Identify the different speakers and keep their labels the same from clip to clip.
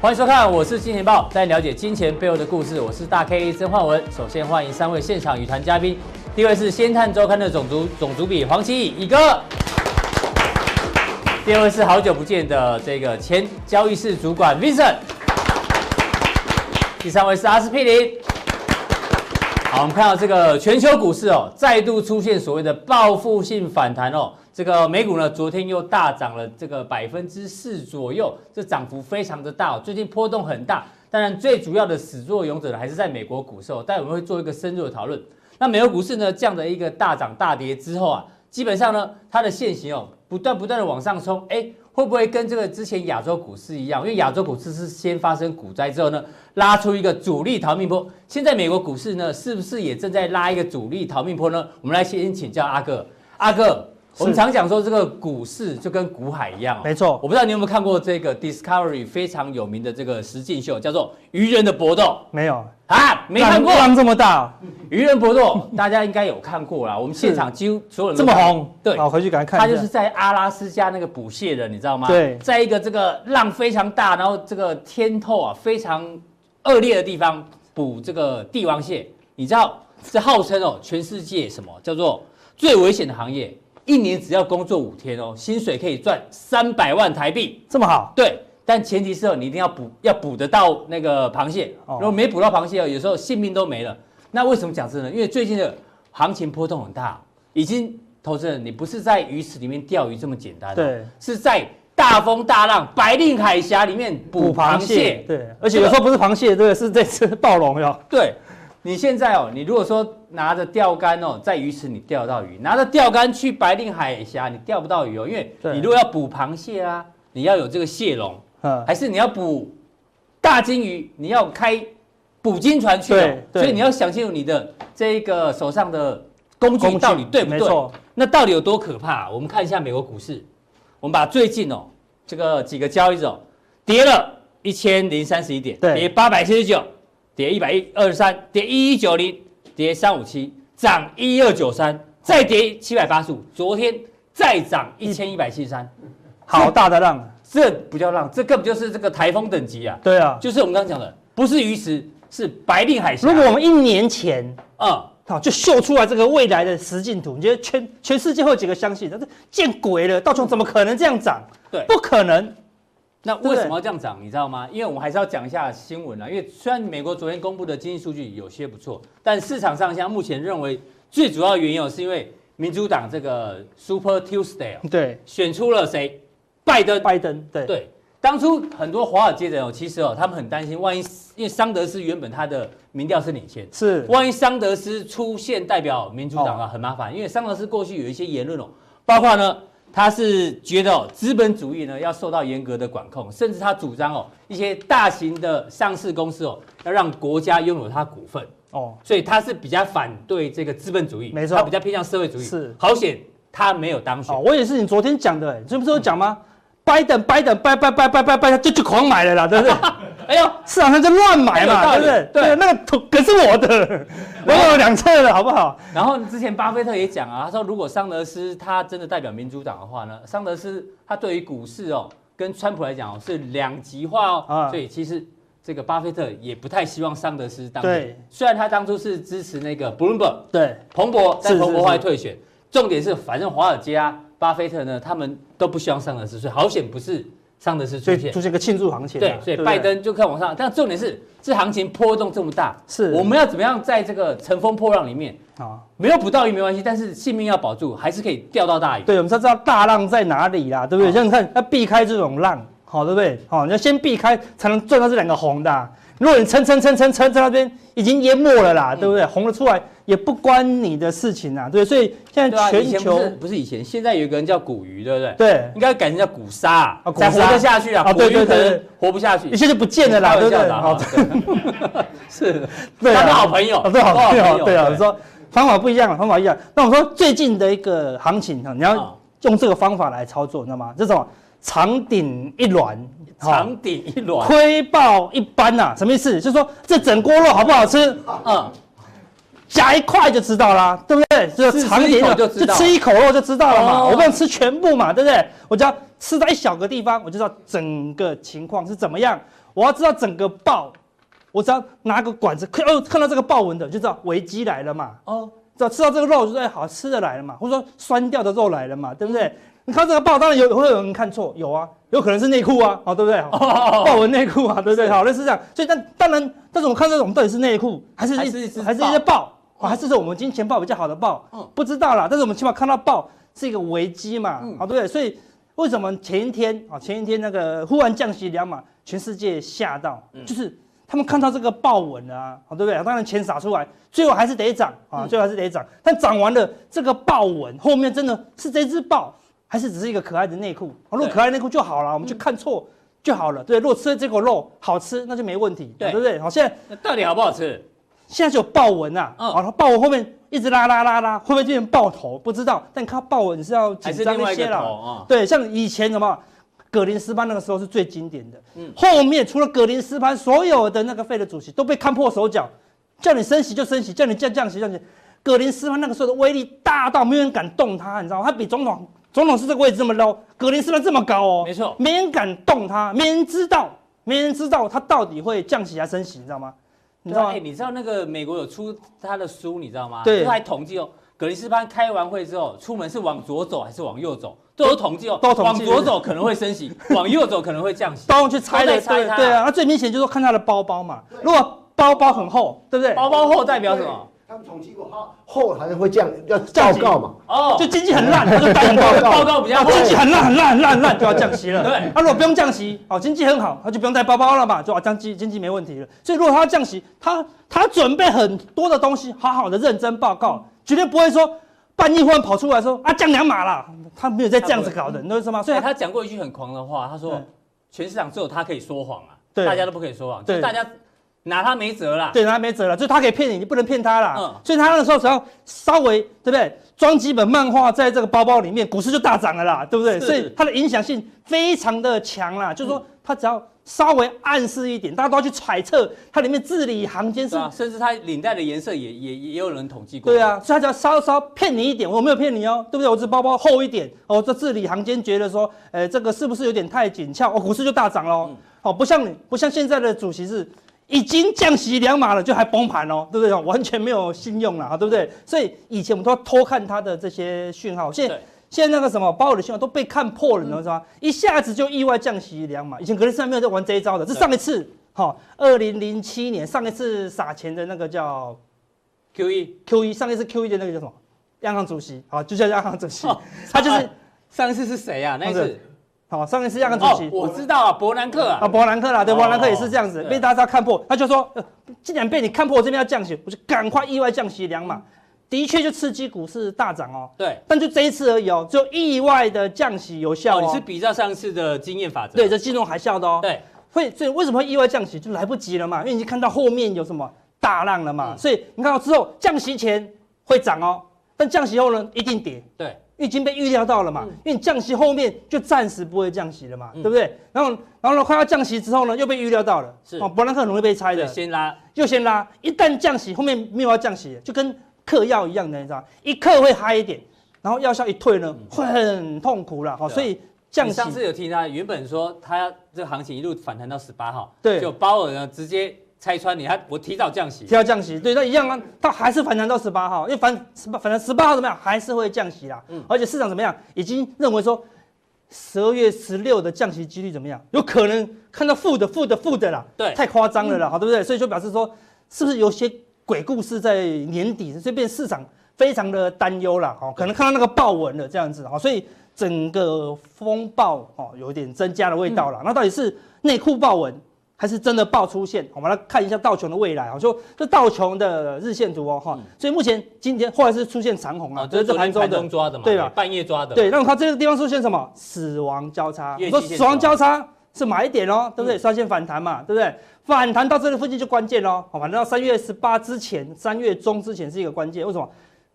Speaker 1: 欢迎收看，我是金钱豹，带你了解金钱背后的故事。我是大 K 曾焕文。首先欢迎三位现场语坛嘉宾，第一位是《先探周刊》的总主总主笔黄奇义一哥，第二位是好久不见的这个前交易室主管 Vincent，第三位是阿司匹林。好，我们看到这个全球股市哦，再度出现所谓的报复性反弹哦。这个美股呢，昨天又大涨了这个百分之四左右，这涨幅非常的大哦。最近波动很大，当然最主要的始作俑者呢还是在美国股市哦。待会我们会做一个深入的讨论。那美国股市呢，这样的一个大涨大跌之后啊，基本上呢，它的现形哦，不断不断的往上冲，哎，会不会跟这个之前亚洲股市一样？因为亚洲股市是先发生股灾之后呢，拉出一个主力逃命坡。现在美国股市呢，是不是也正在拉一个主力逃命坡呢？我们来先请教阿哥，阿哥。我们常讲说这个股市就跟股海一样、哦，
Speaker 2: 没错
Speaker 1: 我不知道你有没有看过这个 Discovery 非常有名的这个实境秀，叫做《愚人的搏斗
Speaker 2: 没有，》
Speaker 1: 啊，没看过
Speaker 2: 浪浪这么大哦、
Speaker 1: 《愚人搏斗》，大家应该有看过啦。我们现场几乎所有人
Speaker 2: 这
Speaker 1: 都
Speaker 2: 么
Speaker 1: 看过
Speaker 2: 红，
Speaker 1: 对
Speaker 2: 好，回去赶快
Speaker 1: 他
Speaker 2: 看一
Speaker 1: 就
Speaker 2: 下。
Speaker 1: 是在阿拉斯加那个捕蟹人，你知道吗？
Speaker 2: 对
Speaker 1: 在一个这个浪非常大，然后这个天透啊非常恶劣的地方捕这个帝王蟹，你知道这号称哦全世界什么叫做最危险的行业？一年只要工作五天哦，薪水可以赚三百万台币。
Speaker 2: 这么好，
Speaker 1: 对，但前提是哦，你一定要捕，要捕得到那个螃蟹。
Speaker 2: 哦
Speaker 1: 如果没捕到螃蟹哦，有时候性命都没了。那为什么讲这呢？因为最近的行情波动很大，哦已经投资人你不是在鱼池里面钓鱼这么简单、哦，
Speaker 2: 对，
Speaker 1: 是在大风大浪、白令海峡里面捕螃蟹。
Speaker 2: 对，而且有时候不是螃蟹，对，是这次 暴龙哟。
Speaker 1: 对，你现在哦，你如果说拿着钓竿哦，在鱼池你钓得到鱼，拿着钓竿去白令海峡你钓不到鱼哦，因为
Speaker 2: 对
Speaker 1: 你如果要捕螃蟹啊，你要有这个蟹笼。
Speaker 2: 嗯，
Speaker 1: 还是你要捕大金鱼，你要开捕金船去、哦
Speaker 2: 对，对
Speaker 1: 所以你要想清楚你的这个手上的工具
Speaker 2: 工具
Speaker 1: 到底对不
Speaker 2: 没
Speaker 1: 对
Speaker 2: 错？
Speaker 1: 那到底有多可怕、我们看一下美国股市，我们把最近哦这个几个交易日哦跌了一千零三十一点，
Speaker 2: 对
Speaker 1: 跌八百七十九，跌一百一二三，跌一一九零，跌三五七，涨一二九三，再跌七百八十五，昨天再涨一千一百七十三，
Speaker 2: 好大的浪，
Speaker 1: 这不叫浪，这根本就是这个台风等级啊！
Speaker 2: 对啊。
Speaker 1: 就是我们刚刚讲的，不是鱼池，是啊白令海峡。
Speaker 2: 如果我们一年前
Speaker 1: 嗯，
Speaker 2: 好就秀出来这个未来的实境图，你觉得全全世界会有几个相信？但是见鬼了，道琼怎么可能这样涨？
Speaker 1: 对
Speaker 2: 不可能。
Speaker 1: 那
Speaker 2: 对
Speaker 1: 为什么要这样涨？你知道吗？因为我们还是要讲一下新闻啊。因为虽然美国昨天公布的经济数据有些不错，但市场上像目前认为最主要原因哦是因为民主党这个 Super Tuesday 哦
Speaker 2: 对，
Speaker 1: 选出了谁？拜登。
Speaker 2: 拜登，对，
Speaker 1: 对，当初很多华尔街的人哦，其实哦，他们很担心，万一因为桑德斯原本他的民调是领先，
Speaker 2: 是，哦
Speaker 1: 万一桑德斯出现代表民主党啊，很麻烦，因为桑德斯过去有一些言论哦，包括呢，他是觉得哦，资本主义呢要受到严格的管控，甚至他主张哦，一些大型的上市公司哦，要让国家拥有它股份，
Speaker 2: 哦，
Speaker 1: 所以他是比较反对这个资本主义，
Speaker 2: 没错
Speaker 1: 他比较偏向社会主义。
Speaker 2: 是
Speaker 1: 好险他没有当选
Speaker 2: 哦，，我也是你昨天讲的，哎你这不是有讲吗？拜登，拜登，拜拜拜拜拜拜，就就狂买了啦，对 不对？
Speaker 1: 哎呦，
Speaker 2: 市场上就乱
Speaker 1: 哎
Speaker 2: 买
Speaker 1: 有道
Speaker 2: 嘛，
Speaker 1: 理
Speaker 2: 对不对？
Speaker 1: 对
Speaker 2: 那个图可是 我的，我有两侧了，好不好？
Speaker 1: 然后之前巴菲特也讲啊，他说如果桑德斯他真的代表民主党的话呢，桑德斯他对于股市哦，跟川普来讲哦是两极化哦，
Speaker 2: 啊
Speaker 1: 所以其实这个巴菲特也不太希望桑德斯当选
Speaker 2: 对。
Speaker 1: 虽然他当初是支持那个 Bloomberg
Speaker 2: 对，
Speaker 1: 彭博，但
Speaker 2: 是
Speaker 1: 彭博
Speaker 2: 是
Speaker 1: 后来
Speaker 2: 是
Speaker 1: 退选。重点是，反正华尔街啊、巴菲特呢，他们都不希望桑德斯，所以好险不是桑德斯
Speaker 2: 所
Speaker 1: 出
Speaker 2: 以
Speaker 1: 现
Speaker 2: 出。现一个庆祝行情啊、
Speaker 1: 对，所以
Speaker 2: 不
Speaker 1: 拜登就看往上，但重点是，这行情波动这么大，
Speaker 2: 是
Speaker 1: 我们要怎么样在这个乘风破浪里面
Speaker 2: 啊，
Speaker 1: 没有捕到鱼没关系，但是性命要保住，还是可以钓到大鱼。
Speaker 2: 对，我们才知道大浪在哪里啦，对不对？
Speaker 1: 好
Speaker 2: 像你看，要避开这种浪，好，对不对？好，你要先避开，才能赚到这两个红的啊、如果你撑撑撑撑撑在那边，已经淹没了啦，对
Speaker 1: 嗯
Speaker 2: 不对？红了出来也不关你的事情啊，对。所以现
Speaker 1: 对啊，
Speaker 2: 在
Speaker 1: 以前
Speaker 2: 全
Speaker 1: 不
Speaker 2: 球
Speaker 1: 是不是以前，现在有一个人叫古鱼，对不对？
Speaker 2: 对
Speaker 1: 应该改成叫古鲨啊
Speaker 2: 啊，古
Speaker 1: 才
Speaker 2: 鲨
Speaker 1: 活得下去啊。
Speaker 2: 啊
Speaker 1: 古鱼
Speaker 2: 对对
Speaker 1: 可
Speaker 2: 对
Speaker 1: 能活不下去
Speaker 2: 一，下就不见了啦，
Speaker 1: 嗯开玩
Speaker 2: 对不对
Speaker 1: 笑？的啊
Speaker 2: 好，
Speaker 1: 对 是，
Speaker 2: 对啊
Speaker 1: 他是好朋友
Speaker 2: 哦，，对啊，
Speaker 1: 都
Speaker 2: 对啊，对啊，
Speaker 1: 对
Speaker 2: 你说方法不一样啊，方法不一样。那我们说最近的一个行情哈，你
Speaker 1: 啊
Speaker 2: 要用这个方法来操作，你知道吗？这种长顶一卵，哈
Speaker 1: 长顶一卵，
Speaker 2: 亏爆一般呐、什么意思？就是说这整锅肉好不好吃，
Speaker 1: 嗯，
Speaker 2: 夹一块就知道啦，对不对？就是
Speaker 1: 是
Speaker 2: 长
Speaker 1: 吃一
Speaker 2: 点
Speaker 1: 口
Speaker 2: 肉
Speaker 1: 就知道
Speaker 2: 吃一口肉就知道了嘛，
Speaker 1: 哦
Speaker 2: 我不用吃全部嘛，对不对？我只要吃到一小个地方，我就知道整个情况是怎么样。我要知道整个报，我只要拿个管子，看哦看到这个豹纹的，就知道危机来了嘛。
Speaker 1: 哦，
Speaker 2: 只要吃到这个肉，就说哎好吃的来了嘛，或者说酸掉的肉来了嘛，对不 对？你看这个豹，当然有会有人看错，有啊，有可能是内裤啊，好、对不对？
Speaker 1: 哦
Speaker 2: 豹纹内裤啊，对不对？好，类似这样。所以但当然，但是我们看这种到底是内裤还是
Speaker 1: 还是一只
Speaker 2: 还是一些豹，哦还是说我们金钱豹比较好的豹？
Speaker 1: 嗯
Speaker 2: 不知道啦。但是我们起码看到豹是一个危机嘛，哦
Speaker 1: 嗯
Speaker 2: 好、对不对？所以为什么前一天啊、前一天那个忽然降息两码，全世界吓到，
Speaker 1: 嗯
Speaker 2: 就是他们看到这个豹纹了啊，好对不对？当然钱撒出来，最后还是得涨啊，
Speaker 1: 嗯
Speaker 2: 最后还是得涨。但涨完了，这个豹纹后面真的是这只豹，还是只是一个可爱的内裤？啊、如果
Speaker 1: 对嗯
Speaker 2: 可爱的内裤就好了，我们就看错。就好了，对，如果吃了这口肉好吃，那就没问题，
Speaker 1: 对
Speaker 2: 啊对不对？好，现在
Speaker 1: 那到底好不好吃？
Speaker 2: 现在就有豹纹啊，
Speaker 1: 嗯
Speaker 2: 啊，然后豹纹后面一直拉拉拉拉，会不会变成豹头？不知道，但你看到豹纹你是要紧
Speaker 1: 还是
Speaker 2: 张
Speaker 1: 另外
Speaker 2: 一
Speaker 1: 一个
Speaker 2: 些
Speaker 1: 头
Speaker 2: 啦。
Speaker 1: 啊？
Speaker 2: 对，像以前什么格林斯潘那个时候是最经典的，
Speaker 1: 嗯
Speaker 2: 后面除了格林斯潘，所有的那个费的主席都被看破手脚，叫你升息就升息，叫你降降息就降息。格林斯潘那个时候的威力大到没有人敢动他，你知道吗？他比总统总统是这个位置这么 low，格林斯潘这么高哦，
Speaker 1: 没错
Speaker 2: 没人敢动他，没人知道，没人知道他到底会降息还是升息，你知道吗？你
Speaker 1: 你知
Speaker 2: 知
Speaker 1: 道
Speaker 2: 道
Speaker 1: 吗？
Speaker 2: 吗
Speaker 1: 哎，？你知道那个美国有出他的书，你知道吗？
Speaker 2: 啊对
Speaker 1: 就是还统计哦。格林斯潘开完会之后，出门是往左走还是往右走，都有统计哦。
Speaker 2: 都统计
Speaker 1: 往左走可能会升息，往右走可能会降息。
Speaker 2: 刀去拆
Speaker 1: 都在
Speaker 2: 的，
Speaker 1: 拆
Speaker 2: 对
Speaker 1: 他
Speaker 2: 对啊，那最明显就是看他的包包嘛，如果包包很厚，对不 对？
Speaker 1: 包包后代表什么？
Speaker 3: 对？他们统计过，后后还是会降，要
Speaker 2: 降
Speaker 3: 报
Speaker 2: 息
Speaker 3: 告嘛。
Speaker 1: 哦，
Speaker 2: 就经济 很烂，他就单报告。
Speaker 1: 报告比较
Speaker 2: 啊，
Speaker 1: 厚。
Speaker 2: 经济很烂很烂很烂很烂就要降息了。
Speaker 1: 对
Speaker 2: 啊，如果不用降息，哦，经济很好，他就不用带包包了嘛，就啊，经济经济没问题了。所以如果他要降息，他他准备很多的东西，好好的认真报告，绝对不会说半夜忽然跑出来说啊降两码啦，他没有在这样子搞的，你懂我意思吗？所以
Speaker 1: 对
Speaker 2: 他
Speaker 1: 他讲过一句很狂的话，他说
Speaker 2: 对：“
Speaker 1: 全市场只有他可以说谎啊，
Speaker 2: 对
Speaker 1: 大家都不可以说谎，就是
Speaker 2: 对
Speaker 1: 大家拿他没辙啦。”
Speaker 2: 对他没辙了，就是他可以骗你，你不能骗他啦。
Speaker 1: 嗯
Speaker 2: 所以他那个时候只要稍微对不对，装几本漫画在这个包包里面，股市就大涨了啦，对不对？
Speaker 1: 是
Speaker 2: 所以它的影响性非常的强啦，就是说他只要稍微暗示一点，大家都要去揣测它里面字里行间是
Speaker 1: 是。啊，甚至他领带的颜色也也也有人统计过。
Speaker 2: 对，啊，所以他只要稍稍骗你一点，我没有骗你哦，对不对？我只包包厚一点哦，这字里行间觉得说，呃，这个是不是有点太紧俏？哦，股市就大涨喽。哦，不像你，不像现在的主席是已经降息两码了，就还崩盘哦，对不对？完全没有信用了，对不对？所以以前我们都要偷看他的这些讯号，现在
Speaker 1: 对
Speaker 2: 现在那个什么鲍尔的讯号都被看破了，你知道吗？一下子就意外降息两码，以前格林斯坦没有在玩这一招的，这
Speaker 1: 对
Speaker 2: 上一次。好，二零零七年上一次撒钱的那个叫
Speaker 1: ，Q E
Speaker 2: Q 一，上一次 Q 一的那个叫什么？央行主席，好，就叫央行主席
Speaker 1: 哦，
Speaker 2: 他就是
Speaker 1: 上一次是谁啊？那一
Speaker 2: 上
Speaker 1: 次
Speaker 2: 次好，上一次央行
Speaker 1: 哦
Speaker 2: 主，席
Speaker 1: 我知道啊，伯南克
Speaker 2: 啊，
Speaker 1: 啊，
Speaker 2: 伯南克啦，对，
Speaker 1: 哦
Speaker 2: 伯南克也是这样子，
Speaker 1: 对
Speaker 2: 被大家看破，他就说，呃既然被你看破，我这边要降息，我就赶快意外降息两码，的确就刺激股市大涨哦，
Speaker 1: 对，
Speaker 2: 但就这一次而已哦，只有意外的降息有效
Speaker 1: 哦，
Speaker 2: 哦，
Speaker 1: 你是比较上次的经验法则。
Speaker 2: 对这金融海啸的哦，
Speaker 1: 对，
Speaker 2: 会，所以为什么会意外降息？就来不及了嘛，因为你已经看到后面有什么大浪了嘛，
Speaker 1: 嗯
Speaker 2: 所以你看到之后降息前会涨哦，但降息后呢，一定跌。
Speaker 1: 对，
Speaker 2: 已经被预料到了嘛，因为你降息后面就暂时不会降息了嘛，
Speaker 1: 嗯
Speaker 2: 对不对？然后，然后呢，快要降息之后呢，又被预料到了，
Speaker 1: 是
Speaker 2: 哦，伯南克很容易被猜
Speaker 1: 对，
Speaker 2: 的，
Speaker 1: 先拉，
Speaker 2: 又先拉，一旦降息，后面没有要降息，就跟嗑药一样的，你知道吗，一嗑会嗨一点，然后药效一退呢，会很痛苦了，好、
Speaker 1: 嗯对啊
Speaker 2: 所以降
Speaker 1: 你
Speaker 2: 息
Speaker 1: 上次有提他，原本说他这个行情一路反弹到十八号，
Speaker 2: 对
Speaker 1: 就鲍尔呢直接拆穿你，他我提早降息
Speaker 2: 提，到降息，对，那一样啊，它还是反弹到十八号，因为反十八反正十八号怎么样，还是会降息啦。
Speaker 1: 嗯
Speaker 2: 而且市场怎么样，已经认为说十二月十六的降息几率怎么样，有可能看到负的、负的、负的啦，
Speaker 1: 对嗯
Speaker 2: 太夸张了啦，好、对不对？所以就表示说，是不是有些鬼故事在年底，所以变市场非常的担忧啦，哦，可能看到那个豹纹了这样子，哦，所以整个风暴哦有点增加的味道
Speaker 1: 嗯
Speaker 2: 啦。那到底是内裤豹纹？还是真的爆出现，我们来看一下道琼的未来啊，就这道琼的日线图哦哈，所以目前今天后来是出现长红啊，
Speaker 1: 哦，
Speaker 2: 这是这
Speaker 1: 昨
Speaker 2: 盘
Speaker 1: 天
Speaker 2: 中
Speaker 1: 盘
Speaker 2: 的
Speaker 1: 中抓的嘛，
Speaker 2: 对吧
Speaker 1: 半夜抓的，
Speaker 2: 对，那我看这个地方出现什么死亡交叉，
Speaker 1: 月
Speaker 2: 我
Speaker 1: 季线
Speaker 2: 说
Speaker 1: 嗯
Speaker 2: 死亡交叉是买点哦，对不对？率先反弹嘛，对不对？反弹到这个附近就关键喽，好，反弹到三月十八之前，三月中之前是一个关键，为什么？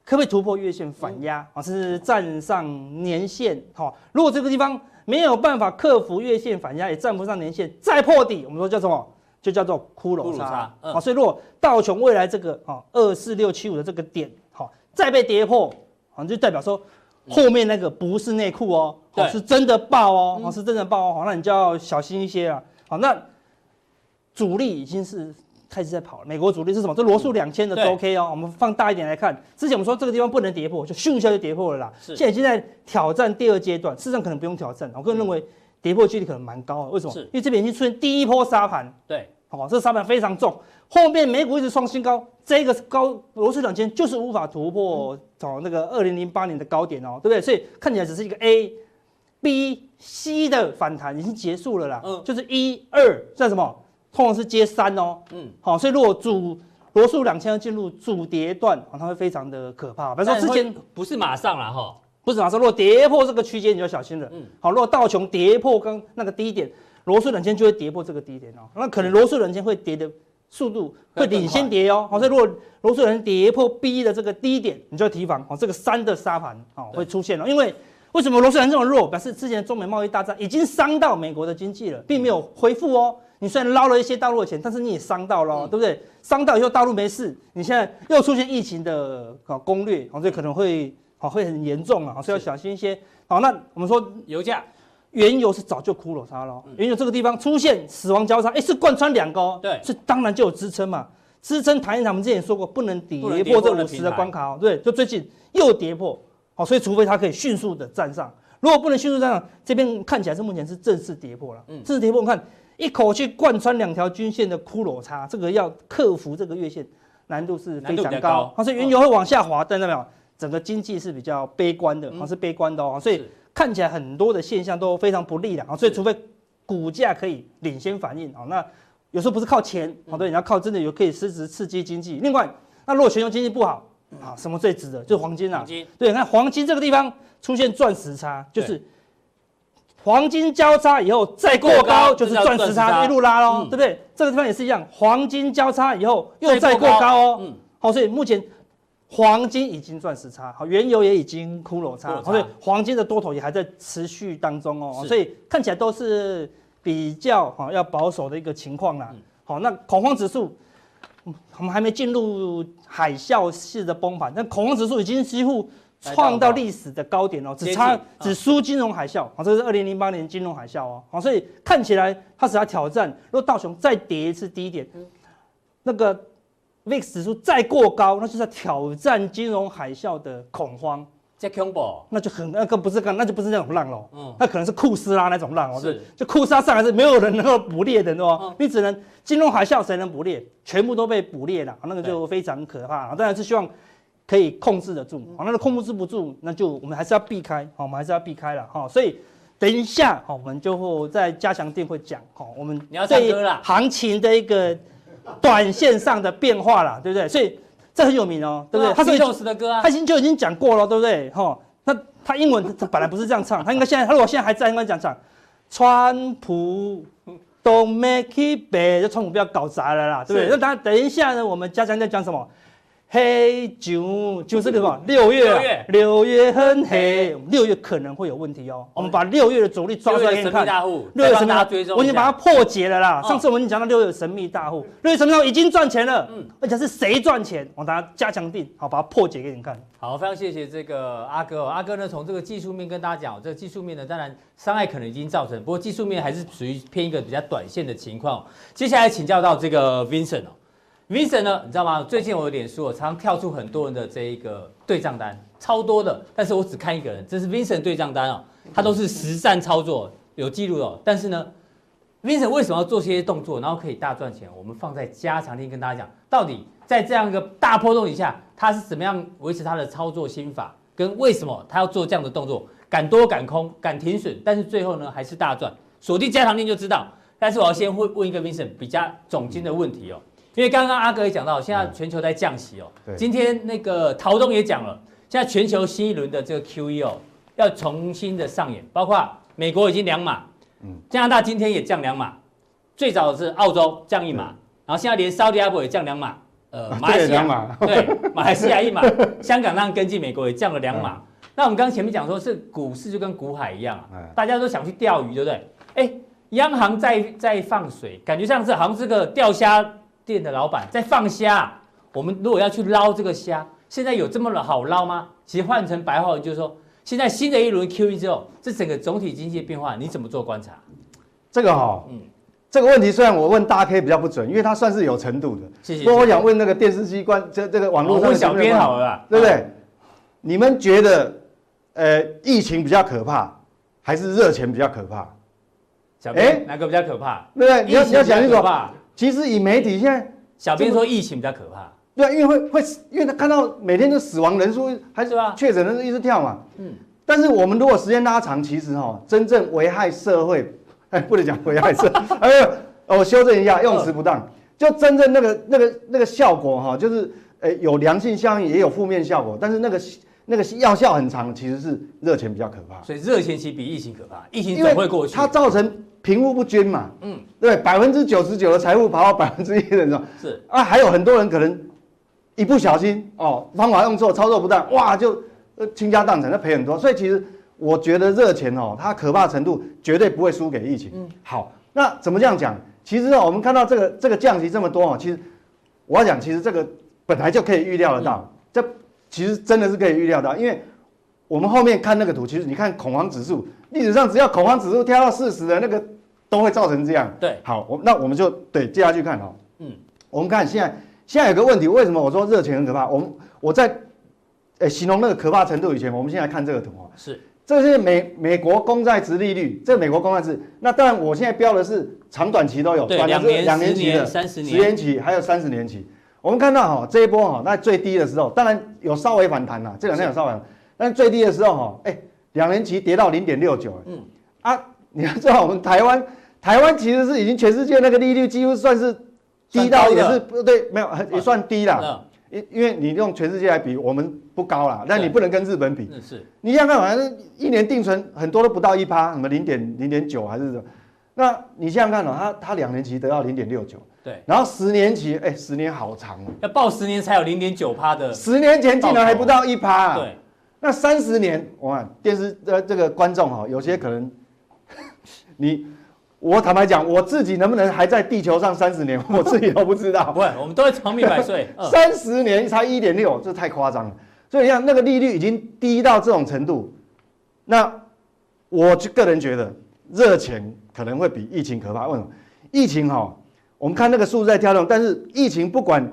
Speaker 2: 可不可以突破月线反
Speaker 1: 嗯
Speaker 2: 压啊？是站上年线，好，如果这个地方没有办法克服月线反压，也站不上年线，再破底，我们说叫什么？就叫做骷
Speaker 1: 骷
Speaker 2: 髅
Speaker 1: 髅
Speaker 2: 叉
Speaker 1: 叉
Speaker 2: 啊、
Speaker 1: 嗯
Speaker 2: 所以如果道琼未来这个啊二四六七五的这个点，好、再被跌破，好、就代表说后面那个不是内裤哦，好、
Speaker 1: 对嗯
Speaker 2: 是真的爆哦，好、是真的爆哦，好、那你就要小心一些啊。好，那主力已经是开始在跑了。美国主力是什么？这罗
Speaker 1: 嗯
Speaker 2: 素两千的周 K 哦，我们放大一点来看，之前我们说这个地方不能跌破，就咻一下就跌破了啦。
Speaker 1: 是
Speaker 2: 现在已经在挑战第二阶段，事实上可能不用挑战，我个人认为跌破几率可能蛮高的。为什么？
Speaker 1: 嗯是
Speaker 2: 因为这边已经出现第一波杀盘，
Speaker 1: 对，
Speaker 2: 好、哦，这沙盘非常重，后面美股一直创新高，这个高罗素两千就是无法突破从那个二零零八年的高点哦，对不对？所以看起来只是一个 A、B、C 的反弹已经结束了啦，
Speaker 1: 嗯
Speaker 2: 就是一二在什么，通常是接三哦，
Speaker 1: 嗯，
Speaker 2: 好、所以如果主罗素两千要进入主跌段，哦，它会非常的可怕。比如说之前
Speaker 1: 但会不是马上啦哈，
Speaker 2: 不是马上，如果跌破这个区间，你就要小心了。
Speaker 1: 嗯
Speaker 2: 好，如果道琼跌破刚那个低点，罗素冷千就会跌破这个低点哦。那可能罗素冷千会跌的速度
Speaker 1: 会
Speaker 2: 会
Speaker 1: 更
Speaker 2: 领先跌哦。好，所以如果罗素冷千跌破 B 的这个低点，你就要提防哦，这个三的沙盘哦
Speaker 1: 对
Speaker 2: 会出现了、哦。因为为什么罗素冷千这么弱？表示之前的中美贸易大战已经伤到美国的经济了，并没
Speaker 1: 嗯
Speaker 2: 有恢复哦。你虽然捞了一些大陆的钱，但是你也伤到了、哦
Speaker 1: 嗯
Speaker 2: 对不对？伤到以后大陆没事，你现在又出现疫情的啊攻略，哦，所以可能会哦会很严重了，哦所以要
Speaker 1: 是
Speaker 2: 小心一些。好，那我们说
Speaker 1: 油价
Speaker 2: 原油是早就骷髅它了哦，
Speaker 1: 嗯
Speaker 2: 原油这个地方出现死亡交叉，哎，是贯穿两个哦，
Speaker 1: 对
Speaker 2: 是当然就有支撑嘛。支撑弹性场我们之前也说过，不能跌
Speaker 1: 不能跌
Speaker 2: 破
Speaker 1: 破
Speaker 2: 这
Speaker 1: 的
Speaker 2: 五
Speaker 1: 平
Speaker 2: 十
Speaker 1: 台
Speaker 2: 的关卡哦，对，就最近又跌破，好，所以除非它可以迅速的站上，如果不能迅速站上，这边看起来是目前是正式跌破了，
Speaker 1: 嗯
Speaker 2: 正式跌破，我们看一口气贯穿两条均线的骷髅叉，这个要克服这个月线难度是非
Speaker 1: 难度比较
Speaker 2: 常
Speaker 1: 高嗯
Speaker 2: 高，好，所以原油会往下滑，但代表整个经济是比较悲观的，好，是悲观的哦，所以
Speaker 1: 嗯是
Speaker 2: 看起来很多的现象都非常不利的啊，所以除非股价可以领先反应啊，那有时候不是靠钱，
Speaker 1: 嗯
Speaker 2: 好对，你要靠真的有可以实质刺激经济。另外，那如果全球经济不好啊，什么最值得？就是黄金
Speaker 1: 嗯黄
Speaker 2: 啊，
Speaker 1: 金
Speaker 2: 对，那黄金这个地方出现钻石差，就是黄金交叉以后再过
Speaker 1: 过高
Speaker 2: 高就是
Speaker 1: 就是
Speaker 2: 钻
Speaker 1: 钻石
Speaker 2: 石
Speaker 1: 差
Speaker 2: 差，一路拉喽，
Speaker 1: 嗯
Speaker 2: 对不对？这个地方也是一样，黄金交叉以后又
Speaker 1: 再
Speaker 2: 再
Speaker 1: 过
Speaker 2: 过
Speaker 1: 高
Speaker 2: 高哦，
Speaker 1: 嗯，
Speaker 2: 好，所以目前黄金已经钻石差，好，原油也已经骷髅
Speaker 1: 骷髅
Speaker 2: 差，
Speaker 1: 差
Speaker 2: 好，所以黄金的多头也还在持续当中哦
Speaker 1: 是，
Speaker 2: 所以看起来都是比较哈、要保守的一个情况啦
Speaker 1: 嗯。
Speaker 2: 好、那恐慌指数，嗯我们还没进入海啸式的崩盘，但恐慌指数已经几乎创到历史的高点哦，
Speaker 1: 接
Speaker 2: 只
Speaker 1: 近
Speaker 2: 差
Speaker 1: 嗯
Speaker 2: 只输金融海啸，好、这是二零零八年金融海啸哦，好、所以看起来它只要挑战，如果道琼再跌一次低点，
Speaker 1: 嗯
Speaker 2: 那个 VIX 指数再过高，那就是在挑战金融海啸的恐慌，
Speaker 1: 在 combo，
Speaker 2: 那就很那个不是刚那就不是那种浪喽，
Speaker 1: 嗯，
Speaker 2: 那可能是库斯拉那种浪哦，
Speaker 1: 是
Speaker 2: 就库斯拉上来是没有人能够捕猎的哦，
Speaker 1: 嗯
Speaker 2: 你只能金融海啸谁能捕猎，全部都被捕猎了，那个就非常可怕了。当然是希望可以控制得住，
Speaker 1: 嗯
Speaker 2: 好，那个控制不住，那就我们还是要避开，好，我们还是要避开了哈，所以。等一下，好，我们就会在加强店会讲，好，我们
Speaker 1: 你要唱
Speaker 2: 对
Speaker 1: 歌啦
Speaker 2: 行情的一个短线上的变化啦，对不对？所以这很有名哦，对不对？
Speaker 1: 他是
Speaker 2: 是
Speaker 1: 肉食的歌啊
Speaker 2: 他，已经就已经讲过了，对不对？哈、那他英文他本来不是这样唱，他应该现在，他如果现在还在，应该讲唱川普 Don't make it bad，就川普不要搞砸了啦，对不
Speaker 1: 是
Speaker 2: 对？那当然，等一下呢，我们家长在讲什么？黑九就是什么？六月啊
Speaker 1: 六月，
Speaker 2: 六月很黑，六月可能会有问题哦。我们把六月的主力抓出来给
Speaker 1: 神
Speaker 2: 你
Speaker 1: 秘
Speaker 2: 看。
Speaker 1: 大户，
Speaker 2: 六月神秘
Speaker 1: 大
Speaker 2: 大
Speaker 1: 家追踪一下，
Speaker 2: 我已经把它破解了啦。
Speaker 1: 嗯
Speaker 2: 上次我们已经讲到六月神秘大户，六月神秘大户已经赚钱了，
Speaker 1: 嗯
Speaker 2: 而且是谁赚钱？我大家加强定，好，把它破解给你看。
Speaker 1: 好，非常谢谢这个阿哥、哦。阿哥呢，从这个技术面跟大家讲哦，这个技术面呢，当然伤害可能已经造成，不过技术面还是属于偏一个比较短线的情况哦、接下来请教到这个 Vincent 哦，Vincent 呢，你知道吗？最近我的脸书我常常跳出很多人的这一个对账单，超多的，但是我只看一个人，这是 Vincent 对账单哦，他都是实战操作有记录的哦，但是呢。Vincent 为什么要做这些动作，然后可以大赚钱？我们放在加强力跟大家讲，到底在这样一个大波动底下，他是怎么样维持他的操作心法，跟为什么他要做这样的动作，敢多敢空，敢停损，但是最后呢还是大赚，锁定加强力就知道。但是我要先会问一个 Vincent 比较总经的问题哦，因为刚刚阿哥也讲到，现在全球在降息哦，
Speaker 3: 嗯对
Speaker 1: 今天那个陶东也讲了，现在全球新一轮的这个 QE 哦，要重新的上演，包括美国已经两码，
Speaker 3: 嗯
Speaker 1: 加拿大今天也降两码，最早是澳洲降一码，然后现在连沙特阿拉伯也降两码，呃，马来西亚
Speaker 3: 啊两码
Speaker 1: 对，马来西亚一 码，香港让跟进美国也降了两码。那我们刚刚前面讲说，是股市就跟股海一样啊
Speaker 4: 哎
Speaker 3: 嗯，
Speaker 1: 大家都想去钓鱼，对不对？哎，央行在在放水，感觉像是好像这个钓虾店的老板在放虾啊、我们如果要去捞这个虾，现在有这么好捞吗？其实换成白话文就是说，现在新 E 的一轮 QE 之后，这整个总体经济的变化，你怎么做观察？
Speaker 3: 这个哈、
Speaker 1: 嗯
Speaker 4: 这个问题虽然我问大 K 比较不准，因为他算是有程度的。
Speaker 1: 谢谢
Speaker 4: 不过我想问那个电视机关，这这个网络
Speaker 1: 我
Speaker 4: 上的
Speaker 1: 问小
Speaker 4: 评
Speaker 1: 编
Speaker 4: 论
Speaker 1: 好了啦，
Speaker 4: 对不
Speaker 1: 啊？
Speaker 4: 对？你们觉得，呃，疫情比较可怕，还是热钱比较可怕？
Speaker 1: 小
Speaker 4: 哎
Speaker 1: 编哪个比较可怕？
Speaker 4: 对不对？你要
Speaker 1: 疫情
Speaker 4: 你要想
Speaker 1: 比
Speaker 4: 清
Speaker 1: 较
Speaker 4: 楚
Speaker 1: 可。怕。
Speaker 4: 其实以媒体现在，
Speaker 1: 小编说疫情比较可怕，
Speaker 4: 对啊，因为会会，因为他看到每天的死亡人数还是
Speaker 1: 对啊
Speaker 4: 确诊人数一直跳嘛。
Speaker 1: 嗯
Speaker 4: 嗯。但是我们如果时间拉长，其实哈、真正危害社会， 哎，不能讲危害社， 哎呦，我修正一
Speaker 1: 嗯
Speaker 4: 下，用词不当。就真正那个那个那个效果哈、就是呃有良性效应，也有负面效果，但是那个那个药效很长，其实是热钱比较可怕。
Speaker 1: 所以热钱其实比疫情可怕，疫情
Speaker 4: 因为
Speaker 1: 总会过去。
Speaker 4: 它造成贫富不均嘛，
Speaker 1: 嗯
Speaker 4: 嗯，对，百分之九十九的财富跑到百分之一的人手
Speaker 1: 是
Speaker 4: 啊，还有很多人可能一不小心哦，方法用错，操作不当，哇，就呃倾家荡产，那赔很多。所以其实我觉得热钱哦，它可怕程度绝对不会输给疫情。嗯，好，那怎么这样讲？其实哦，我们看到这个这个降息这么多哦，其实我要讲，其实这个本来就可以预料得到，这其实真的是可以预料到，因为我们后面看那个图，其实你看恐慌指数，历史上只要恐慌指数跳到四十的那个，都会造成这样。
Speaker 1: 对，
Speaker 4: 好，我那我们就对接下去看哦。
Speaker 1: 嗯
Speaker 4: 嗯，我们看现在现在有个问题，为什么我说热钱很可怕？我们我在呃形容那个可怕程度以前，我们先来看这个图哦。
Speaker 1: 是
Speaker 4: 这是美美国公债值利率，这美国公债值。那当然，我现在标的是长短期都有，
Speaker 1: 对
Speaker 4: 短的
Speaker 1: 两
Speaker 4: 是
Speaker 1: 年、
Speaker 4: 两
Speaker 1: 十
Speaker 4: 年期的
Speaker 1: 年、、三十
Speaker 4: 十
Speaker 1: 年，
Speaker 4: 年期还有三十年期。我们看到哈、这一波哈、那最低的时候，当然有稍微反弹啦，这两天有稍微反弹，但是最低的时候哈、哎、两年期跌到零点六九，
Speaker 1: 嗯
Speaker 4: 嗯啊，你要知道我们台湾，台湾其实是已经全世界那个利率几乎算是低到
Speaker 1: 算高
Speaker 4: 也
Speaker 1: 的
Speaker 4: 是不对，没有也算低啦，
Speaker 1: 嗯
Speaker 4: 因因为你用全世界来比，我们不高啦，但
Speaker 1: 对
Speaker 4: 你不能跟日本比，
Speaker 1: 那嗯是
Speaker 4: 你想想看，反正一年定存很多都不到一趴，什么零点零点九还是什么？那你想想看哦，他他两年期得到零点六九，
Speaker 1: 对，
Speaker 4: 然后十年期，哎、十年好长哦，
Speaker 1: 要报十年才有零点九趴的，
Speaker 4: 十年前竟然还不到一趴、啊，，
Speaker 1: 对，
Speaker 4: 那三十年，哇，电视呃这个观众哈、哦，有些可能 你。我坦白讲，我自己能不能还在地球上三十年，我自己都不知道
Speaker 1: 不。会，我们都会长命百岁。嗯
Speaker 4: 三十年才一点六，这太夸张了。所以你看那个利率已经低到这种程度，那我就个人觉得热钱可能会比疫情可怕。为什么？疫情哈、我们看那个数字在跳动，但是疫情不管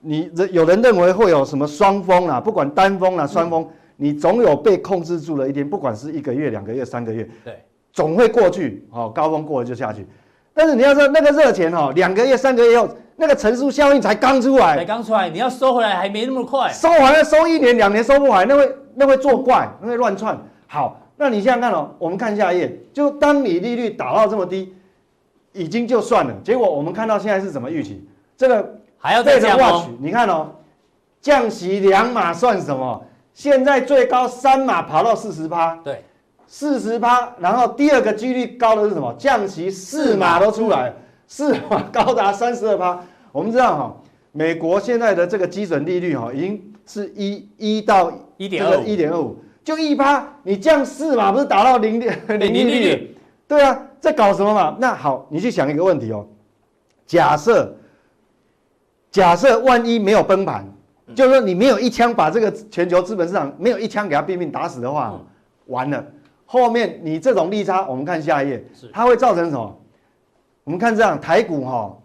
Speaker 4: 你有人认为会有什么双峰啊，不管单峰啊、双峰，你总有被控制住了一天，不管是一个月、两个月、三个月，
Speaker 1: 嗯对，
Speaker 4: 总会过去。哦，高峰过了就下去。但是你要知道，那个热钱哈、哦，两个月、三个月后，那个乘数效应才刚出来
Speaker 1: 才，刚出来，你要收回来还没那么快。
Speaker 4: 收完了收一年两年收不完，那会那会作怪，那会乱窜。好，那你想想看哦，我们看下一页，就当你利率打到这么低，已经就算了，结果我们看到现在是怎么预期？这个
Speaker 1: 还要再降
Speaker 4: Fed
Speaker 1: 哦
Speaker 4: watch，，你看哦，降息两码算什么？现在最高三码跑到四十趴，
Speaker 1: 对，
Speaker 4: 四十趴，然后第二个几率高的是什么？降息四码都出来了，四码高达三十二趴。我们知道哈、美国现在的这个基准利率哈、已经是一一到
Speaker 1: 一点二五
Speaker 4: 一点二五，就一趴，你降四码不是达到零点
Speaker 1: 对
Speaker 4: 零利
Speaker 1: 零利
Speaker 4: 率？
Speaker 1: 率
Speaker 4: 对啊，在搞什么嘛？那好，你去想一个问题哦，假设假设万一没有崩盘，
Speaker 1: 嗯
Speaker 4: 就是说你没有一枪把这个全球资本市场没有一枪给它毙命打死的话，
Speaker 1: 嗯
Speaker 4: 完了，后面你这种利差，我们看下一页
Speaker 1: 是，
Speaker 4: 它会造成什么？我们看这样台股哈、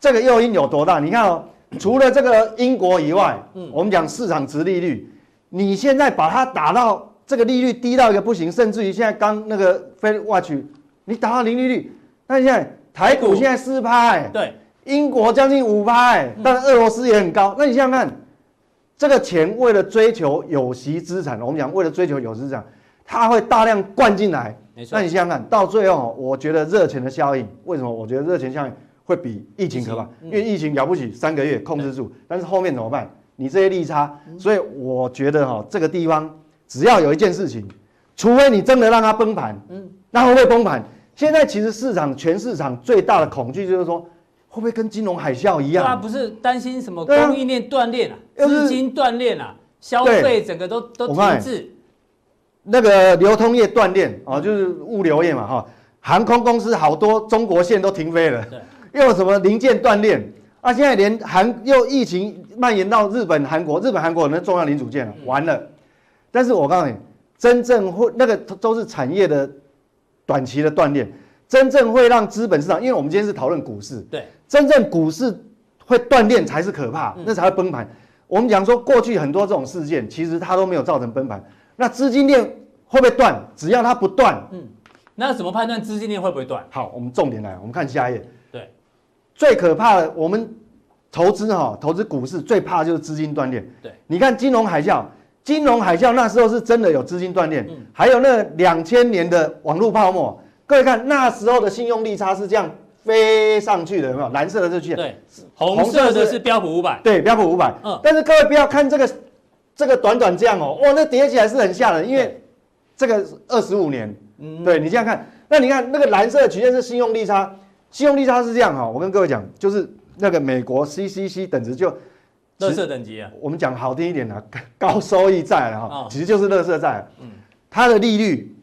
Speaker 4: 这个诱因有多大？你看哦，除了这个英国以外，
Speaker 1: 嗯
Speaker 4: 我们讲市场值利率，你现在把它打到这个利率低到一个不行，甚至于现在刚那个 Fed Watch，你打到零利率，那现在台
Speaker 1: 台股
Speaker 4: 股现在四趴、哎
Speaker 1: 对，
Speaker 4: 英国将近五趴、哎但俄罗斯也很高。那你想想看，这个钱为了追求有息资产，我们讲为了追求有息资产，它会大量灌进来。
Speaker 1: 没错
Speaker 4: 那你，想想看，到最后哦，我觉得热钱的效应，为什么？我觉得热钱效应会比疫情可怕，
Speaker 1: 疫情嗯
Speaker 4: 因为疫情了不起三个月控制住，但是后面怎么办？你这些利差，所以我觉得哈、这个地方只要有一件事情，除非你真的让它崩盘，
Speaker 1: 嗯
Speaker 4: 嗯，那会不会崩盘？现在其实市场全市场最大的恐惧就是说，会不会跟金融海啸一
Speaker 1: 对啊，
Speaker 4: 样？
Speaker 1: 不是担心什么
Speaker 4: 对啊
Speaker 1: 供应链断裂啊，
Speaker 4: 要是
Speaker 1: 资金断裂啊，消费整个都都
Speaker 4: 我看
Speaker 1: 停滞，
Speaker 4: 那个流通业断裂啊，哦就是物流业嘛哈、航空公司好多中国线都停飞了
Speaker 1: 对，
Speaker 4: 又有什么零件断裂啊，现在连韩又疫情蔓延到日本、韩国，日本、韩国那重要零组件了，
Speaker 1: 嗯
Speaker 4: 完了。但是我告诉你，真正会那个都都是产业的短期的断裂，真正会让资本市场，因为我们今天是讨论股市，
Speaker 1: 对，
Speaker 4: 真正股市会断裂才是可怕，
Speaker 1: 嗯
Speaker 4: 那才会崩盘。我们讲说过去很多这种事件，其实它都没有造成崩盘。那资金链会不会断？只要它不断，
Speaker 1: 嗯那怎么判断资金链会不会断？
Speaker 4: 好，我们重点来，我们看下一页。
Speaker 1: 对，
Speaker 4: 最可怕的，我们投资哈、投资股市最怕就是资金断裂。
Speaker 1: 对，
Speaker 4: 你看金融海啸，金融海啸那时候是真的有资金断裂，
Speaker 1: 嗯
Speaker 4: 还有那两千年的网络泡沫，各位看那时候的信用利差是这样飞上去的，有没有？蓝色的这区，
Speaker 1: 对，
Speaker 4: 红
Speaker 1: 红色的
Speaker 4: 色是
Speaker 1: 是标普五百，
Speaker 4: 对，标普五百。
Speaker 1: 嗯
Speaker 4: 但是各位不要看这个，这个短短这样哦，哇，那叠起来是很吓人，因为这个二十五年，
Speaker 1: 嗯
Speaker 4: 对你这样看，那你看那个蓝色的曲线是信用利差，信用利差是这样哈、哦我跟各位讲，就是那个美国 CCC 等值就
Speaker 1: 乐色等级啊，
Speaker 4: 我们讲好听一点啦， 高收益债了
Speaker 1: 哦
Speaker 4: 哈，其实就是垃圾债。
Speaker 1: 嗯
Speaker 4: 嗯，它的利率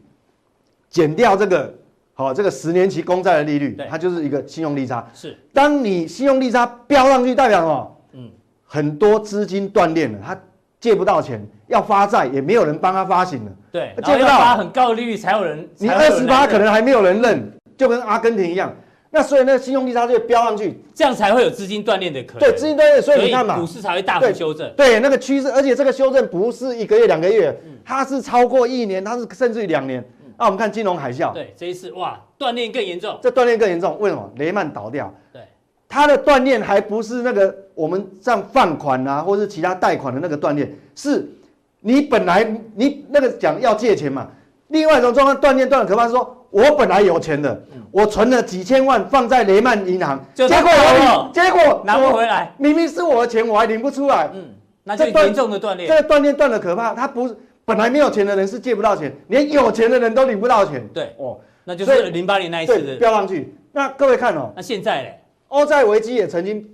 Speaker 4: 减掉这个好、这个十年期公债的利率
Speaker 1: 对，
Speaker 4: 它就是一个信用利差。
Speaker 1: 是
Speaker 4: 当你信用利差飙上去，代表什么？
Speaker 1: 嗯
Speaker 4: 嗯，很多资金断裂了，他借不到钱，要发债也没有人帮他发行了。
Speaker 1: 对，然
Speaker 4: 见
Speaker 1: 后
Speaker 4: 不
Speaker 1: 要
Speaker 4: 到
Speaker 1: 发很高的利率才有人，
Speaker 4: 你
Speaker 1: 才
Speaker 4: 二
Speaker 1: 会有人
Speaker 4: 十
Speaker 1: 来
Speaker 4: 八
Speaker 1: 认
Speaker 4: 可能还没有人认，就跟阿根廷一样。那所以那个信用利差就飙上去，
Speaker 1: 这样才会有资金断裂的可能，
Speaker 4: 对资金断裂，所以你看嘛
Speaker 1: 股，市才会大幅
Speaker 4: 对
Speaker 1: 修正，
Speaker 4: 对那个趋势，而且这个修正不是一个月两个月，
Speaker 1: 嗯
Speaker 4: 它是超过一年，它是甚至于两年。那我们看金融海啸，
Speaker 1: 对，这一次哇，断裂更严重，
Speaker 4: 这断裂更严重，为什么？雷曼倒掉，
Speaker 1: 对，
Speaker 4: 它的断裂还不是那个我们像放款啊，或是其他贷款的那个断裂，是你本来你那个讲要借钱嘛。另外一种状况断裂断的可怕是说，我本来有钱的，我存了几千万放在雷曼银行，
Speaker 1: 嗯就
Speaker 4: 结
Speaker 1: 拿
Speaker 4: 果
Speaker 1: 不
Speaker 4: 我结果
Speaker 1: 拿不
Speaker 4: 我
Speaker 1: 回来，
Speaker 4: 明明是我的钱，我还领不出来。
Speaker 1: 嗯，那就
Speaker 4: 这断
Speaker 1: 严重的断裂
Speaker 4: 这，个断裂断的可怕，他不是本来没有钱的人是借不到钱，连有钱的人都领不到钱。
Speaker 1: 对，
Speaker 4: 哦，
Speaker 1: 那就
Speaker 4: 所
Speaker 1: 是
Speaker 4: 以
Speaker 1: 零八年那一次
Speaker 4: 对，
Speaker 1: 的，
Speaker 4: 飙上去。那各位看哦，
Speaker 1: 那现在嘞，
Speaker 4: 欧债危机也曾经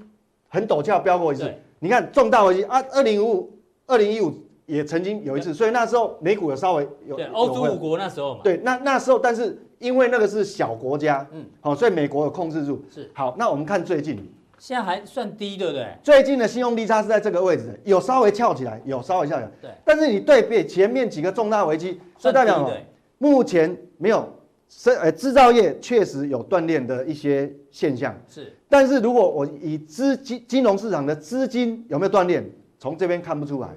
Speaker 4: 很陡峭飙过一次
Speaker 1: 对。
Speaker 4: 你看重大危机啊，二零五、二零一五也曾经有一次，所以那时候美股有稍微有
Speaker 1: 对，
Speaker 4: 有
Speaker 1: 欧洲
Speaker 4: 回来
Speaker 1: 五国那时候嘛，
Speaker 4: 对，那那时候但是因为那个是小国家，
Speaker 1: 嗯
Speaker 4: 嗯，好、所以美国有控制住。
Speaker 1: 是，
Speaker 4: 好，那我们看最近，
Speaker 1: 现在还算低，对不对？
Speaker 4: 最近的信用利差是在这个位置，有稍微翘起来，有稍微翘起来。
Speaker 1: 对，
Speaker 4: 但是你对比前面几个重大危哦机，所
Speaker 1: 算
Speaker 4: 以代表什
Speaker 1: 低
Speaker 4: 么
Speaker 1: 的，
Speaker 4: 目前没有生呃制造业确实有断裂的一些现象。
Speaker 1: 是
Speaker 4: 但是如果我以资金金融市场的资金有没有断裂，从这边看不出来，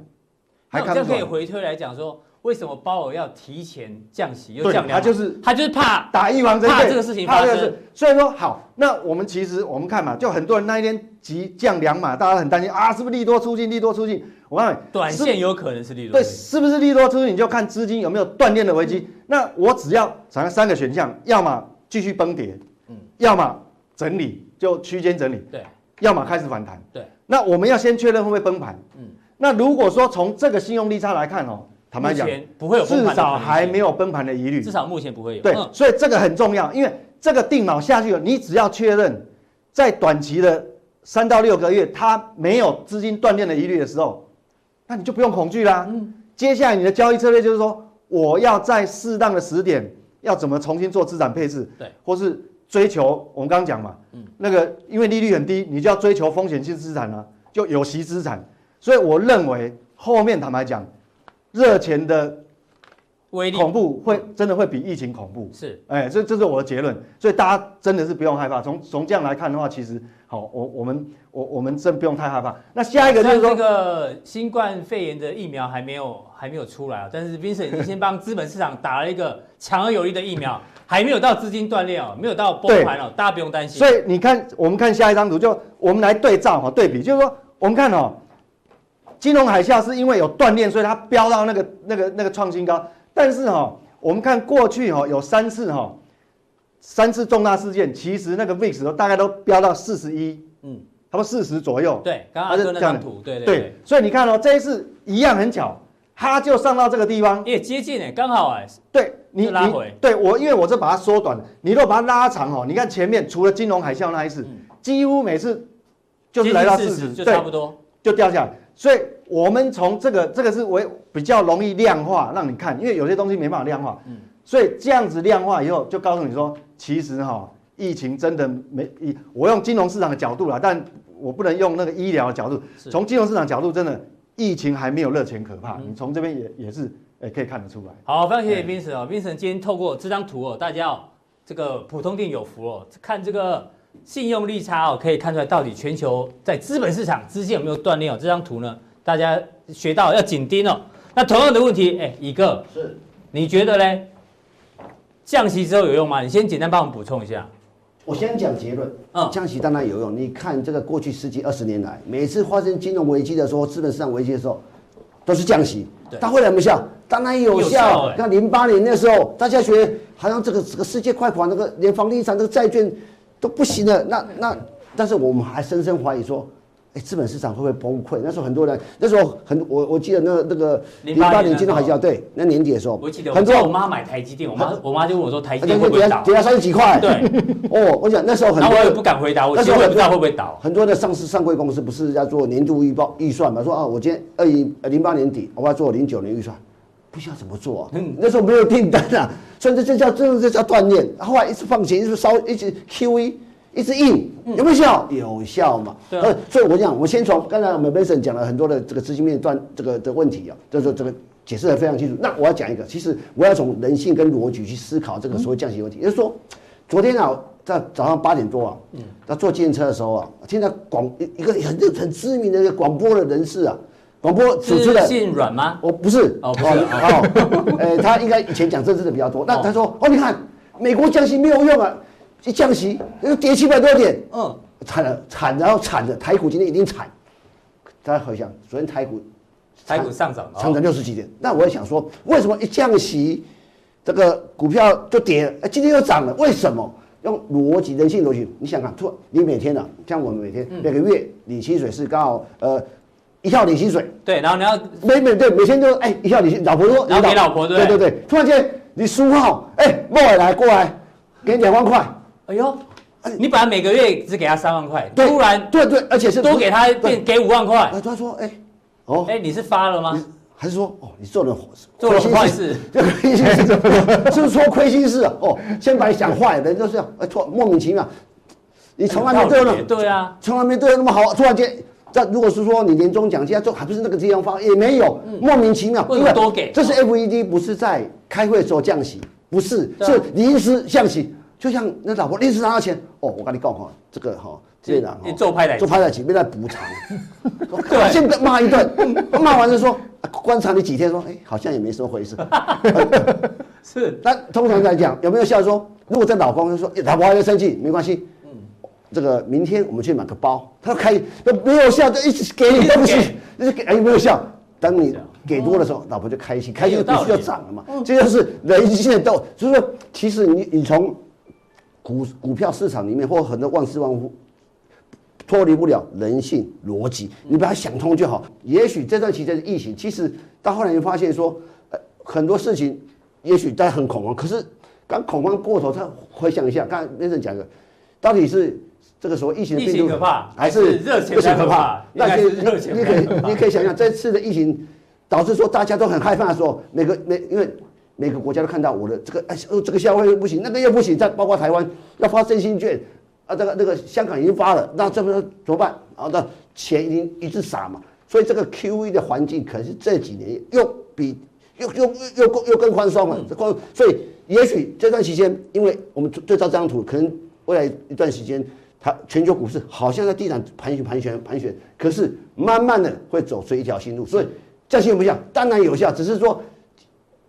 Speaker 4: 还啊
Speaker 1: 那我
Speaker 4: 看
Speaker 1: 这
Speaker 4: 不
Speaker 1: 样可
Speaker 4: 出
Speaker 1: 以
Speaker 4: 来。
Speaker 1: 回推来讲说，为什么鲍尔要提前降息又
Speaker 4: 对
Speaker 1: 降两码？
Speaker 4: 他就是
Speaker 1: 他就是怕
Speaker 4: 打预防针，
Speaker 1: 怕
Speaker 4: 对
Speaker 1: 这个事情
Speaker 4: 怕这个
Speaker 1: 发生
Speaker 4: 事。所以说好，那我们其实我们看嘛，就很多人那一天急降两码，大家很担心啊，是不是利多出尽，利多出尽？我告诉你，
Speaker 1: 短
Speaker 4: 是
Speaker 1: 线有可能是利率
Speaker 4: 对，是不是利多出尽，你就看资金有没有断裂的危机。那我只要想要三个选项，要么继续崩跌，
Speaker 1: 嗯
Speaker 4: 嗯，要么整理，就区间整理，
Speaker 1: 对
Speaker 4: 要么开始反弹。
Speaker 1: 对，
Speaker 4: 那我们要先确认会不会崩盘。
Speaker 1: 嗯
Speaker 4: 嗯，那如果说从这个信用利差来看哦，坦白
Speaker 1: 目
Speaker 4: 讲，
Speaker 1: 前不会有崩
Speaker 4: 至
Speaker 1: 盘的可
Speaker 4: 少
Speaker 1: 能性
Speaker 4: 还没，有崩盘的疑虑
Speaker 1: 至。少目前不会有。
Speaker 4: 对，
Speaker 1: 嗯
Speaker 4: 所以这个很重要，因为这个定锚下去了，你只要确认在短期的三到六个月，它没有资金断裂的疑虑的时候，那你就不用恐惧啦。嗯，接下来你的交易策略就是说，我要在适当的时点要怎么重新做资产配置，
Speaker 1: 对，
Speaker 4: 或是追求我们刚刚讲嘛，嗯，那个因为利率很低，你就要追求风险性资产啊，就有息资产。所以我认为后面坦白讲，热钱的
Speaker 1: 威力
Speaker 4: 恐怖会真的会比疫情恐怖。
Speaker 1: 是
Speaker 4: 哎，这这是我的结论，所以大家真的是不用害怕。从从这样来看的话，其实好，我我们我我们真不用太害怕。那下一个就是
Speaker 1: 像这
Speaker 4: 说，
Speaker 1: 个新冠肺炎的疫苗还没有还没有出来啊，但是 Vincent 已经先帮资本市场打了一个强而有力的疫 苗，还没有到资金断裂哦，没有到崩盘哦，大家不用担心。
Speaker 4: 所以你看，我们看下一张图，就我们来对照哈、对比，就是说，我们看哦，金融海啸是因为有断裂，所以它飙到那个那个那个创新高。但是哈、我们看过去哈、有三次哈、三次重大事件，其实那个 VIX 都大概都飙到四十一，
Speaker 1: 嗯
Speaker 4: 嗯，差不多四十左右。
Speaker 1: 对，刚刚
Speaker 4: 它
Speaker 1: 阿
Speaker 4: 是
Speaker 1: 哥那
Speaker 4: 这样
Speaker 1: 张
Speaker 4: 的
Speaker 1: 图，对对对
Speaker 4: 对，所以你看哦，这一次一样很巧，它就上到这个地方。
Speaker 1: 也接近哎，刚好哎，
Speaker 4: 对你，
Speaker 1: 就拉
Speaker 4: 你
Speaker 1: 回
Speaker 4: 对我，因为我这把它缩短了，你如果把它拉长哦，你看前面除了金融海啸那一次，几乎每次就是来到
Speaker 1: 嗯接
Speaker 4: 四
Speaker 1: 近40
Speaker 4: 十，
Speaker 1: 就
Speaker 4: 对
Speaker 1: 差，不多。
Speaker 4: 就掉下来。所以我们从这个这个是为比较容易量化让你看，因为有些东西没办法量
Speaker 1: 嗯
Speaker 4: 化，所以这样子量化以后，就告诉你说，其实哈、疫情真的没，以我用金融市场的角度啦，但我不能用那个医疗的角度，
Speaker 1: 是
Speaker 4: 从金融市场角度，真的疫情还没有热钱可怕，
Speaker 1: 嗯
Speaker 4: 你从这边也也是，哎、可以看得出来。
Speaker 1: 啊好，非常谢谢 Vincent 哦，Vincent 今天透过这张图哦，大家哦。这个普通店有福哦，看这个信用利差哦，可以看出来到底全球在资本市场之间有没有断裂哦。这张图呢，大家学到要紧盯哦。那同样的问题，哎，一个
Speaker 3: 是
Speaker 1: 你觉得嘞？降息之后有用吗？你先简单帮我们补充一下。
Speaker 3: 我先讲结论。
Speaker 1: 嗯
Speaker 3: 降息当然有用。你看这个过去十几二十年来，每次发生金融危机的时候、资本市场危机的时候，都是降息
Speaker 1: 对。
Speaker 3: 它会有没有效？当然有
Speaker 1: 有效
Speaker 3: 效
Speaker 1: 欸。
Speaker 3: 像零八年那时候，大家觉得好像这个这个世界快垮，那个连房地产这个债券都不行了。那那，但是我们还深深怀疑说。哎，资本市场会不会崩溃？那时候很多人，那时候很我我记得那个那个
Speaker 1: 08
Speaker 3: 年金融海
Speaker 1: 年的时候
Speaker 3: 啸，对，那年底的时候，
Speaker 1: 我记得我
Speaker 3: 很多
Speaker 1: 叫我妈买台积电，我妈我妈就问我说台积
Speaker 3: 而且
Speaker 1: 电会
Speaker 3: 就
Speaker 1: 不
Speaker 3: 跌
Speaker 1: 会
Speaker 3: 到
Speaker 1: 倒？
Speaker 3: 跌到三十几块。
Speaker 1: 对，
Speaker 3: 哦，我讲那时候很
Speaker 1: 然后我
Speaker 3: 多
Speaker 1: 也
Speaker 3: 人
Speaker 1: 不敢回答，我
Speaker 3: 那
Speaker 1: 其实
Speaker 3: 时候
Speaker 1: 我也不
Speaker 3: 很
Speaker 1: 知道
Speaker 3: 多
Speaker 1: 会不会倒。
Speaker 3: 很多的上市上柜公司不是要做年度预报预算嘛？说啊，我今天二零零八年底，我要做零九年预算，不知道怎么做啊。那时候没有订单啊，所以这就叫这就叫锻炼。后来一直放钱，一直烧，一直 QE，一直印，有没有效？有效嘛？
Speaker 1: 嗯对啊
Speaker 3: 呃，所以我讲，我先从刚才我们 Mason 讲了很多的这个资金面段这个的问题啊，就是这个解释的非常清楚。那我要讲一个，其实我要从人性跟逻辑去思考这
Speaker 1: 嗯
Speaker 3: 个所谓降息问题，也就是说，昨天啊，在早上八点多啊，
Speaker 1: 嗯
Speaker 3: 他坐计程车的时候啊，听到广一一个很很知名的一个广播的人士啊，广播主持
Speaker 1: 是
Speaker 3: 人。
Speaker 1: 性软吗？
Speaker 3: 我不是
Speaker 1: 哦不是
Speaker 3: 哦， 呃，他应该以前讲政治的比较多。那他说哦，你看美国降息没有用啊，一降息又跌七百多点，
Speaker 1: 嗯，
Speaker 3: 惨了惨，然后惨了，台股今天一定惨。大家回想，昨天台股
Speaker 1: 台股上涨了
Speaker 3: 上涨
Speaker 1: 哦，
Speaker 3: 六十几点，那我也想说，为什么一降息，这个股票就跌了，哎今天又涨了，为什么？用逻辑、人性逻辑，你想想，突你每天啊，像我们每天
Speaker 1: 嗯
Speaker 3: 每个月领薪水是刚好呃一号领薪水，
Speaker 1: 对，然后你要
Speaker 3: 每每对每天都哎一下你老婆说，
Speaker 1: 然后给老婆对不
Speaker 3: 对
Speaker 1: 对
Speaker 3: 对对，突然间你输号，哎，莫尔来过来，给你两万块，
Speaker 1: 哎呦，你本来每个月只给他三万块，
Speaker 3: 啊对
Speaker 1: 突然
Speaker 3: 对对，而且是
Speaker 1: 多给他
Speaker 3: 对
Speaker 1: 变给五万块
Speaker 3: 啊，，他说哎，哦，
Speaker 1: 哎，你是发了吗
Speaker 3: 你？还是说哦，你做了
Speaker 1: 做了
Speaker 3: 亏心
Speaker 1: 坏事，
Speaker 3: 做了亏心事，就是说亏心事啊哦，先把你想坏，人就是这样，哎，突然莫名其妙，你从来没对
Speaker 1: 道
Speaker 3: 了
Speaker 1: 理，对啊，
Speaker 3: 从来没对那么好，突然间。那如果是说你年终奖金啊，就还不是那个地方发，也没有，莫名其妙。
Speaker 1: 嗯为什
Speaker 3: 因
Speaker 1: 么
Speaker 3: 为
Speaker 1: 多给
Speaker 3: 这是 FED 不是在开会的时候降息，不是，
Speaker 1: 对啊
Speaker 3: 是临时降息。就像那老婆临时拿到钱，哦，我跟你讲哈，这个哈，这个人
Speaker 1: 你
Speaker 3: 哈，
Speaker 1: 做派来
Speaker 3: 做拍在前面来 补偿，
Speaker 1: 对
Speaker 3: 先被骂一顿，骂完就说啊观察你几天，说哎，好像也没什么回事。
Speaker 1: 是
Speaker 3: 那通常来讲，有没有效说？如果这老公就说，哎老婆还在生气，没关系，这个明天我们去买个包，他开那没有效，就一直给你东西
Speaker 1: 一直，
Speaker 3: 一直给，哎，没有效。当你给多的时候，老婆就开心，开心
Speaker 1: 嗯有
Speaker 3: 就
Speaker 1: 道理嗯
Speaker 3: 股市就涨了嘛。这就是人性的斗，就是说，其实你你从股股票市场里面，或很多万事万物脱离不了人性逻辑，
Speaker 1: 嗯
Speaker 3: 你把它想通就好。也许这段期间的疫情，其实到后来你发现说，呃，很多事情也许大家很恐慌，可是刚恐慌过头，他回想一下，刚才 Mason 讲的，到底是这个所谓疫情的病
Speaker 1: 疫情
Speaker 3: 毒
Speaker 1: 可怕
Speaker 3: 还
Speaker 1: 还
Speaker 3: 是
Speaker 1: 是热钱
Speaker 3: 热钱
Speaker 1: 才可
Speaker 3: 可
Speaker 1: 怕
Speaker 3: 怕？那
Speaker 1: 应该
Speaker 3: 你
Speaker 1: 是热钱
Speaker 3: 你
Speaker 1: 才
Speaker 3: 可以
Speaker 1: 可怕
Speaker 3: 你可以想想这次的疫情。导致说大家都很害怕的时候，每个每因为每个国家都看到我的这个哎哦这个消费又不行，那个又不行，再包括台湾要发振兴券啊，这个那个香港已经发了，那这个怎么办？然后那钱已经一直撒嘛，所以这个 QE 的环境可是这几年又比又又又又又更宽松了，这宽所以也许这段期间，因为我们对对照这张图，可能未来一段时间。它全球股市好像在地上盘旋盘旋盘旋，可是慢慢的会走出一条新路，所以降息有没有效？当然有效，只是说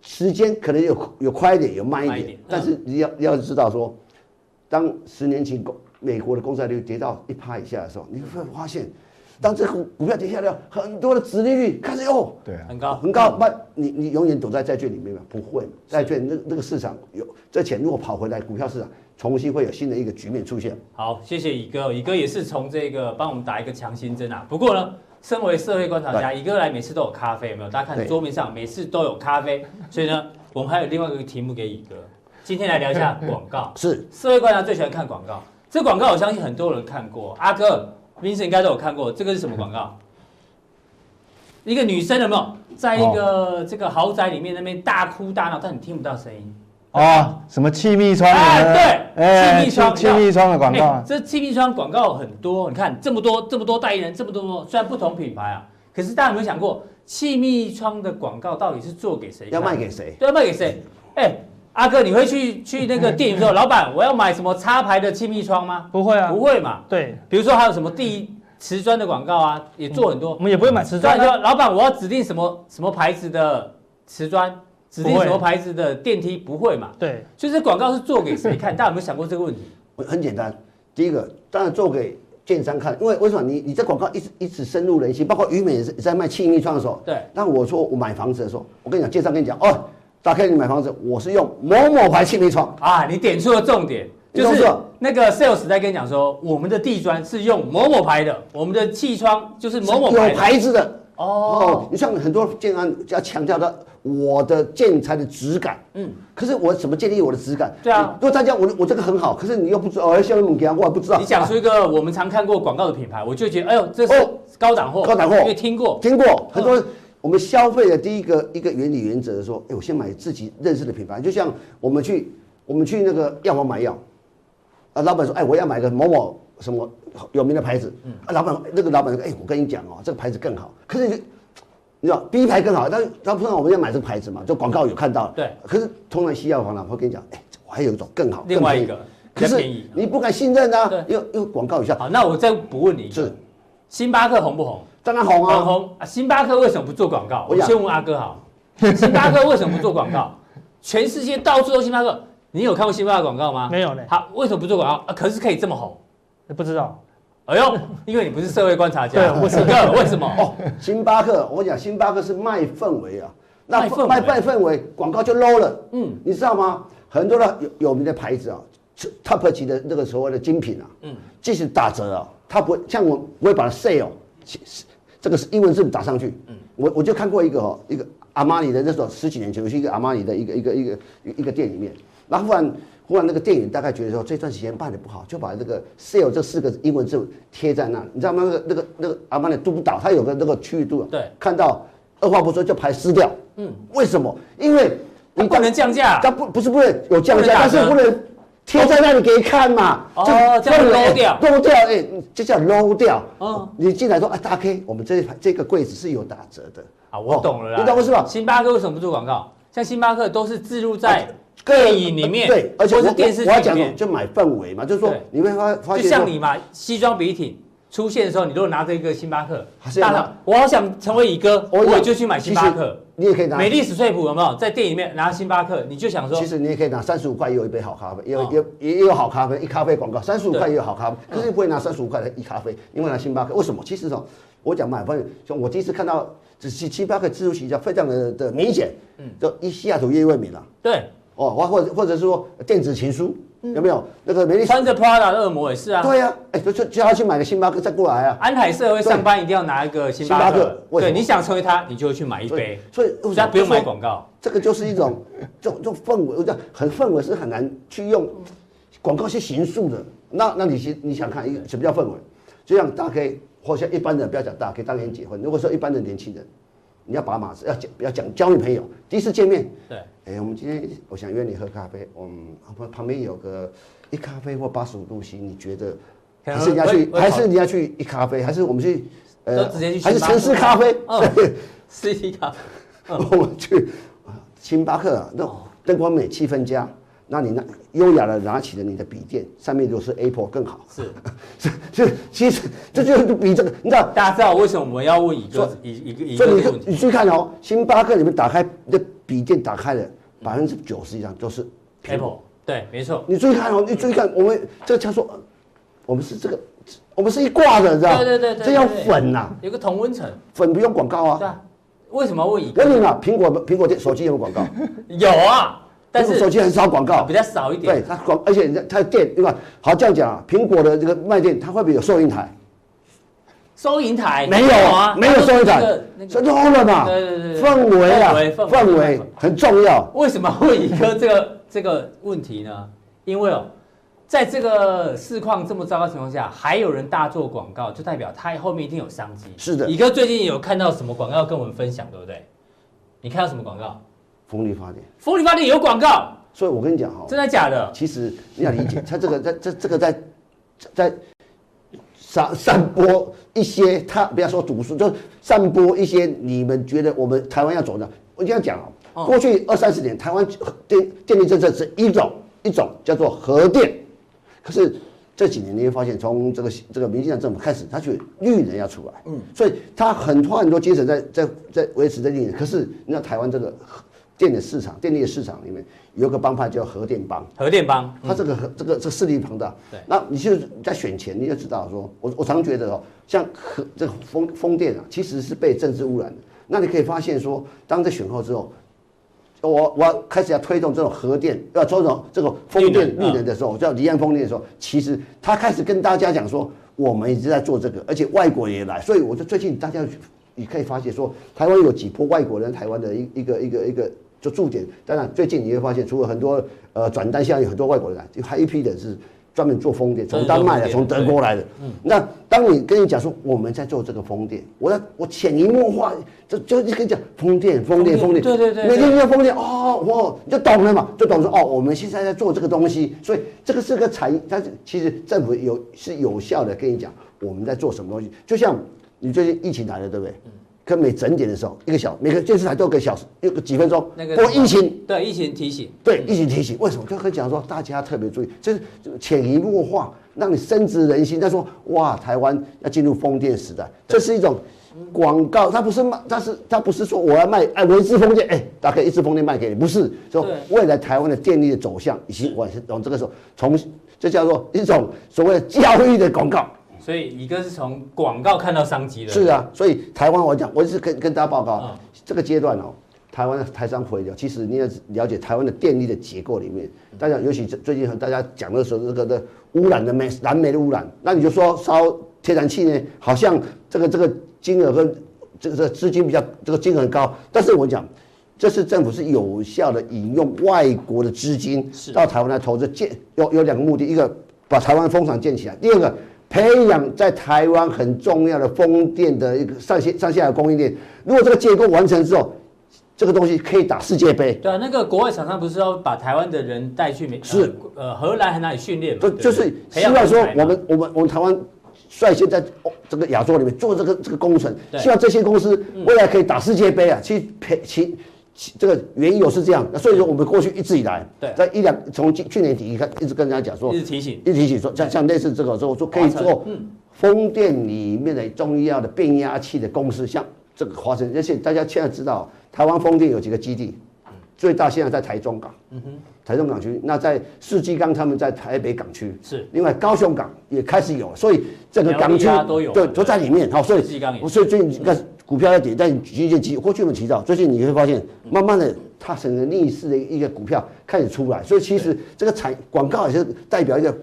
Speaker 3: 时间可能有有快一点，有慢一
Speaker 1: 慢
Speaker 3: 点，
Speaker 1: 一点
Speaker 3: 但是你要要知道说，当十年前公美国的公债率跌到一趴以下的时候，你会发现，当这股股票跌下来，很多的殖利率开始哦，
Speaker 4: 对啊，
Speaker 1: 很高
Speaker 3: 很高，那你你永远躲在债券里面吗？不会，债券那那个市场有这钱如果跑回来，股票市场重新会有新的一个局面出现。
Speaker 1: 好，谢谢乙哥，乙哥也是从这个帮我们打一个强心针啊。不过呢，身为社会观察家，乙哥来每次都有咖啡，有没有？大家看
Speaker 3: 对
Speaker 1: 桌面上每次都有咖啡，所以呢，我们还有另外一个题目给乙哥，今天来聊一 下广告。
Speaker 3: 是
Speaker 1: 社会观察最喜欢看广告，这广告我相信很多人看过。阿哥、Vincent 应该都有看过，这个是什么广告？一个女生有没有在一个这个豪宅里面那边大哭大闹，但你听不到声音？
Speaker 4: 哦，什么气密窗的
Speaker 1: 哎对
Speaker 4: 哎
Speaker 1: 气密窗
Speaker 4: 气气密窗的广告
Speaker 1: 哎
Speaker 4: 啊，
Speaker 1: 这气密窗广告很多，你看这么多这么多代言人，这么多虽然不同品牌啊，可是大家有没有想过，气密窗的广告到底是做给谁看？
Speaker 3: 要卖给谁？
Speaker 1: 对，要卖给谁？哎，阿哥，你会去去那个电影说，老板，我要买什么插牌的气密窗吗？
Speaker 2: 不会啊，
Speaker 1: 不会嘛。
Speaker 2: 对，
Speaker 1: 比如说还有什么地瓷砖的广告啊，也做很
Speaker 2: 我
Speaker 1: 多。
Speaker 2: 们也不会买瓷
Speaker 1: 瓷砖
Speaker 2: 砖
Speaker 1: 你
Speaker 2: 啊，
Speaker 1: 说，老板，我要指定什么什么牌子的瓷砖，指定
Speaker 2: 不会
Speaker 1: 什么牌子的电梯，不会嘛？
Speaker 2: 对，
Speaker 1: 所以这广告是做给谁看？大家 有没有想过这个问题？
Speaker 3: 很简单，第一个当然做给建商看，因为为什么你你这广告一直一直深入人心，包括于美也是在卖气密窗的时候，
Speaker 1: 对
Speaker 3: 那我说我买房子的时候，我跟你讲，建商跟你讲哦，打开你买房子，我是用某某牌气密窗，
Speaker 1: 啊，你点出了重点，
Speaker 3: 你
Speaker 1: 就是
Speaker 3: 懂不懂
Speaker 1: 那个 sales 在跟你讲说，我们的地砖是用某某牌的，我们的气窗就是某某
Speaker 3: 是
Speaker 1: 牌
Speaker 3: 有
Speaker 1: 的。
Speaker 3: 牌子的。
Speaker 1: 哦，
Speaker 3: 你像很多建安要强调的，我的建材的质感，
Speaker 1: 嗯，
Speaker 3: 可是我怎么建立我的质感？
Speaker 1: 对啊
Speaker 3: 你如果大家我的我这个很好，可是你又不知道，哦，下面给我还不知道，
Speaker 1: 你讲出一个我们常看过广告的品牌，我就觉得，哎呦，这是
Speaker 3: 哦
Speaker 1: 高档货，
Speaker 3: 高档货
Speaker 1: 因为听过，
Speaker 3: 听过
Speaker 1: 嗯
Speaker 3: 很多人我们消费的第一个一个原理原则是说，哎，我先买自己认识的品牌，就像我们去我们去那个药房买药，啊，老板说，哎，我要买个某某什么有名的牌子，
Speaker 1: 嗯
Speaker 3: 啊，老板那个老板说，哎，我跟你讲哦，这个牌子更好，可是你就。你知道 B 牌更好，但是他不知道我们要买这个牌子嘛，就广告有看到。
Speaker 1: 对
Speaker 3: 可是通常西药房老会跟你讲，哎、我还有一种更好，
Speaker 1: 另外
Speaker 3: 更
Speaker 1: 一
Speaker 3: 便宜
Speaker 1: 个比
Speaker 3: 可
Speaker 1: 较
Speaker 3: 是
Speaker 1: 便宜。
Speaker 3: 你不敢信任啊
Speaker 1: 对，
Speaker 3: 因为因为广告有效，
Speaker 1: 好，那我再补问你一个，
Speaker 3: 是
Speaker 1: 星巴克红不红？
Speaker 3: 当然红
Speaker 1: 网
Speaker 3: 啊。
Speaker 1: 红啊，星巴克为什么不做广告？
Speaker 3: 我
Speaker 1: 我
Speaker 3: 想
Speaker 1: 先问阿哥 好，星巴克为什么不做广告？全世界到处都星巴克，你有看过星巴克广告吗？
Speaker 2: 没有嘞
Speaker 1: 好，为什么不做广告？啊，可是可以这么红。
Speaker 2: 也不知道，
Speaker 1: 哎呦，因为你不是社会观察家，
Speaker 2: 对我
Speaker 1: 是个为什么？哦，
Speaker 3: 星巴克，我讲星巴克是卖氛围啊，那
Speaker 1: 卖氛围
Speaker 3: 卖卖氛围，广告就 low 了。
Speaker 1: 嗯，
Speaker 3: 你知道吗？很多的有有名的牌子啊，top 级的那个所谓的精品啊，
Speaker 1: 嗯
Speaker 3: 嗯，即使打折啊，它不会像我，我会把它 sale 其实这个是英文字母打上去。嗯，我我就看过一个哦，一个阿玛尼的那时候十几年前，我去一个阿玛尼的一个一个一个一个店里面，然后忽然忽然那个店员大概觉得说这段时间办的不好，就把这个 sale 这四个英文字母贴在那里，你知道吗？那个那个那个阿玛尼督导他有个那个区域度啊，
Speaker 1: 对
Speaker 3: 看到二话不说就排撕掉。嗯，为什么？因为
Speaker 1: 你啊不能降价
Speaker 3: 它，不不是不能有降
Speaker 1: 不能
Speaker 3: 价，
Speaker 1: 打
Speaker 3: 但是
Speaker 1: 折
Speaker 3: 不能贴在那里给你看嘛。
Speaker 1: 哦这样 low 掉
Speaker 3: 漏掉，哎，这叫 low 掉。
Speaker 1: 嗯
Speaker 3: 嗯，你进来说啊，大 K，我们这一排这个柜子是有打折的。
Speaker 1: 啊，我懂了啦，
Speaker 3: 哦你懂我是吧？
Speaker 1: 星巴克为什么不做广告？像星巴克都是置入在
Speaker 3: 啊
Speaker 1: 电影里面，
Speaker 3: 对，而且
Speaker 1: 或
Speaker 3: 我
Speaker 1: 是电视
Speaker 3: 我
Speaker 1: 剧
Speaker 3: 我要
Speaker 1: 里
Speaker 3: 讲的
Speaker 1: 面，
Speaker 3: 就买氛围嘛，就是说
Speaker 1: 对
Speaker 3: 你会发发
Speaker 1: 就
Speaker 3: 现说，
Speaker 1: 像你嘛，西装笔挺出现的时候，你如果拿着一个星巴克
Speaker 3: 还，啊是要
Speaker 1: 大
Speaker 3: 拿
Speaker 1: 佬，我好想成为乙哥，我
Speaker 3: 跟你讲
Speaker 1: 也就去买星巴克。，
Speaker 3: 其实你也可以拿
Speaker 1: 美丽史翠普有没有在电影里面拿星巴克？你就想说
Speaker 3: 其，实你也可以拿三十五块，也有一杯好咖啡，也有、
Speaker 1: 哦
Speaker 3: 也有也有好咖啡，一咖啡广告三十五
Speaker 1: 对嗯
Speaker 3: 块也有好咖啡，可是你不会拿三十五块的一咖啡，你会拿星巴克，为什么？其实哦，我讲买方，像我第一次看到，只是星巴克自助形象非常的的明显，嗯，就一西雅图叶问敏啊，
Speaker 1: 对，
Speaker 3: 哦，或或者或者是说电子情书，有没有那个美丽？
Speaker 1: 嗯穿着 Prada 的恶魔也是啊。
Speaker 3: 对呀、啊，哎、就就叫他去买个星巴克再过来啊，
Speaker 1: 安海社会上班一定要拿一个星巴
Speaker 3: 星巴克
Speaker 1: 克，
Speaker 3: 为什
Speaker 1: 对，
Speaker 3: 么
Speaker 1: 你想成为他，你就会去买一杯，
Speaker 3: 所以所
Speaker 1: 所
Speaker 3: 以
Speaker 1: 以他不用买广告。
Speaker 3: 这个就是一种这种这种氛围，我讲很氛围是很难去用广告去形塑的。那那你去你想看一个什么叫氛围？就像大 K 或像一般人，不要讲大 K，大 K 结婚，如果说一般的年轻人，你要把马子要讲要讲交女朋友，第一次见面，
Speaker 1: 对，
Speaker 3: 哎、我们今天我想约你喝咖啡，我们旁旁边有个一咖啡或八十五度 C，你觉得
Speaker 1: 可能
Speaker 3: 还是你要去
Speaker 1: 会会
Speaker 3: 还是你要去一咖啡，还是我们去呃
Speaker 1: 都直接去
Speaker 3: 还是
Speaker 1: 星巴克
Speaker 3: 城市咖啡？
Speaker 1: 嗯
Speaker 3: 对
Speaker 1: CT 卡，嗯
Speaker 3: 我们去啊星巴克啊，那种灯光美，气氛佳。那你那优雅的拿起了你的笔电，上面如果是 Apple 更好。
Speaker 1: 是，
Speaker 3: 这这其实这就是比这个，你知道？
Speaker 1: 大家知道为什么我们要问一
Speaker 3: 所
Speaker 1: 个一一个一
Speaker 3: 所
Speaker 1: 个
Speaker 3: 以你
Speaker 1: 这个
Speaker 3: 就
Speaker 1: 问题？
Speaker 3: 你去看哦，星巴克里面打开你的笔电打开了，百分之九十以上都是苹果
Speaker 1: Apple，对，没错，
Speaker 3: 你注意看哦，你注意看，我们这个叫做，我们是这个，我们是一挂的，你知道？
Speaker 1: 对对对对
Speaker 3: 这要
Speaker 1: 对对
Speaker 3: 粉呐、啊
Speaker 1: 有个同温层，
Speaker 3: 粉不用广告
Speaker 1: 对
Speaker 3: 啊。
Speaker 1: 啊，为什么要问一
Speaker 3: 我
Speaker 1: 个？
Speaker 3: 问你嘛，苹果苹果电手机有没有广告？
Speaker 1: 有啊，但
Speaker 3: 苹
Speaker 1: 是
Speaker 3: 果手机很少广告，
Speaker 1: 比较少一
Speaker 3: 对
Speaker 1: 点，
Speaker 3: 它广，而且人家它的店对吧？好这样讲啊，苹果的这个卖店，它会不会有收银台？
Speaker 1: 收银台
Speaker 3: 没有
Speaker 1: 啊，
Speaker 3: 没有收银
Speaker 1: 那
Speaker 3: 台
Speaker 1: 个，那
Speaker 3: 这
Speaker 1: 个
Speaker 3: low 了嘛？
Speaker 1: 对对对对
Speaker 3: 氛围啊，
Speaker 1: 氛围氛围
Speaker 3: 氛围
Speaker 1: 氛围
Speaker 3: 很重要。
Speaker 1: 为什么问一个这个 这个问题呢？因为哦，在这个市况这么糟糕的情况下，还有人大做广告，就代表他后面一定有商机。
Speaker 3: 是的
Speaker 1: 乙哥最近有看到什么广告跟我们分享，对不对？你看到什么广告？
Speaker 3: 风力发电，
Speaker 1: 风力发电有广告，
Speaker 3: 所以我跟你讲哈，
Speaker 1: 真的假的？
Speaker 3: 其实 你要理解，它这个在这这个在在散散播一些，他不要说读书，就散播一些你们觉得我们台湾要走的。我这样讲啊，
Speaker 1: 哦
Speaker 3: 过去二三十年，台湾电电力政策只一种一种叫做核电，可是这几年你会发现，从这个这个民进党政府开始，他去绿能要出来，嗯，所以他很花很多精神在在在维持这绿能。可是你知道台湾这个电的市场、电力的市场里面有一个帮派叫核电帮，
Speaker 1: 核电帮，
Speaker 3: 他这个和这个这势力庞大。
Speaker 1: 对
Speaker 3: 那你就是在选前你就知道说，我我常觉得哦，像核这个风风电啊，其实是被政治污染的。那你可以发现说，当在选后之后，我我要开始要推动这种核电，要推动这种风电
Speaker 1: 绿能
Speaker 3: 绿
Speaker 1: 嗯
Speaker 3: 能的时候，叫离岸风电的时候，其实他开始跟大家讲说，我们一直在做这个，而且外国也来，所以我就最近大家你可以发现说，台湾有几波外国人，台湾的一一个一个一个就驻点。当然，最近你会发现，除了很多呃转单项有很多外国人来，就还有一批人是专门做风电，从丹麦来，
Speaker 1: 专
Speaker 3: 啊
Speaker 1: 门
Speaker 3: 从
Speaker 1: 做
Speaker 3: 德
Speaker 1: 风电嗯
Speaker 3: 国来的。那当你跟你讲说我们在做这个风电，我要我潜移默化，就就就跟你讲风电，风电，
Speaker 1: 风
Speaker 3: 风
Speaker 1: 电
Speaker 3: 电，
Speaker 1: 对对对对
Speaker 3: 每天这个风电哦，哇，你就懂了嘛，就懂说哦，我们现在在做这个东西，所以这个是个产业，但是其实政府有是有效的跟你讲我们在做什么东西。就像你最近疫情来了，对不对？可每整点的时候，一个小每个电视台都有个小时，有个几分钟
Speaker 1: 那个
Speaker 3: 播哦疫情，
Speaker 1: 对疫情提醒，
Speaker 3: 对，一起提醒，为什么？就跟讲说，大家特别注意，就是就是潜移默化，让你深植人心。他说，哇，台湾要进入风电时代，这是一种广告，它不是卖，它是它不是说我要卖哎，我一支风电，哎，打开一支风电卖给你，不是说
Speaker 1: 对
Speaker 3: 未来台湾的电力的走向已经往往这个时候从，这叫做一种所谓的教育的广告。
Speaker 1: 所以一个是从广告看到商机的，
Speaker 3: 是啊，所以台湾我讲，我是跟跟大家报告，
Speaker 1: 嗯
Speaker 3: 这个阶段哦，台湾的台商回流，其实你也了解台湾的电力的结构里面，大家尤其这最近很大家讲的时候，这个的污染的煤燃煤的污染，那你就说烧天然气呢，好像这个这个金额跟这个这个资金比较这个金额很高，但是我讲。这是政府是有效的引用外国的资金
Speaker 1: 是
Speaker 3: 到台湾来投资建，有有两个目的，一个把台湾风场建起来，第二个培养在台湾很重要的风电的一个上线上下游供应链。如果这个结构完成之后，这个东西可以打世界杯。
Speaker 1: 对啊，那个国外厂商不是要把台湾的人带去美
Speaker 3: 是
Speaker 1: 呃呃荷兰还哪里训练嘛？对
Speaker 3: 就
Speaker 1: 不对
Speaker 3: 就是
Speaker 1: 培
Speaker 3: 希
Speaker 1: 养
Speaker 3: 望说
Speaker 1: 人才嘛
Speaker 3: 我们我们我们台湾率先在哦这个亚洲里面做这个这个工程，
Speaker 1: 对嗯
Speaker 3: 希望这些公司未来可以打世界杯啊，去培其。其这个缘由是这样，所以说我们过去一直以来
Speaker 1: 对，
Speaker 3: 在一两从去去年底一看，一直跟人家讲说
Speaker 1: 一，直提醒，
Speaker 3: 一提起说，像像类似这个说说可以做
Speaker 1: 嗯
Speaker 3: 风电里面的重要的变压器的公司，像这个华晨，而且大家现在知道，台湾风电有几个基地，最大现在在台中港，
Speaker 1: 嗯
Speaker 3: 台中港区，那在世纪港他们在台北港区，
Speaker 1: 是
Speaker 3: 另外高雄港也开始有了，所以整个港区
Speaker 1: 苗栗啊都有啊
Speaker 3: 对
Speaker 1: 对
Speaker 3: 都在里面，好，所以
Speaker 1: 世纪港也
Speaker 3: 哦所以最近你看股票在跌，但基建基过去我们提到，最近你会发现，慢慢的它整个逆势的一个股票开始出来，所以其实这个产广告也是代表一个。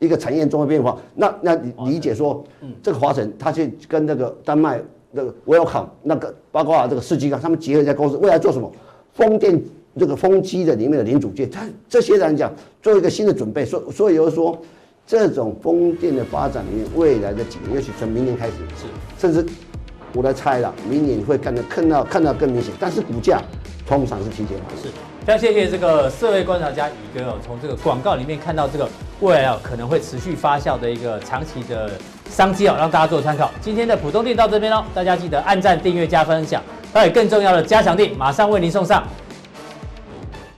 Speaker 3: 一个产业中的变化，那那你理解说，这个华晨它去跟那个丹麦那个 Welcome 那个包括这个世纪港，他们结合一家公司，未来做什么？风电这个风机的里面的零组件，它这些人讲做一个新的准备，所所以有人说，这种风电的发展里面，未来的几年，也许从明年开始，
Speaker 1: 是
Speaker 3: 甚至我来猜了，明年会看得看到看到更明显，但是股价通常是提前反应。
Speaker 1: 是非常谢谢这个社会观察家宇哥哦，从这个广告里面看到这个未来哦可能会持续发酵的一个长期的商机哦，让大家做参考。今天的浦哦东店到这边喽，大家记得按赞、订阅、加分享，还有更重要的加强店，马上为您送上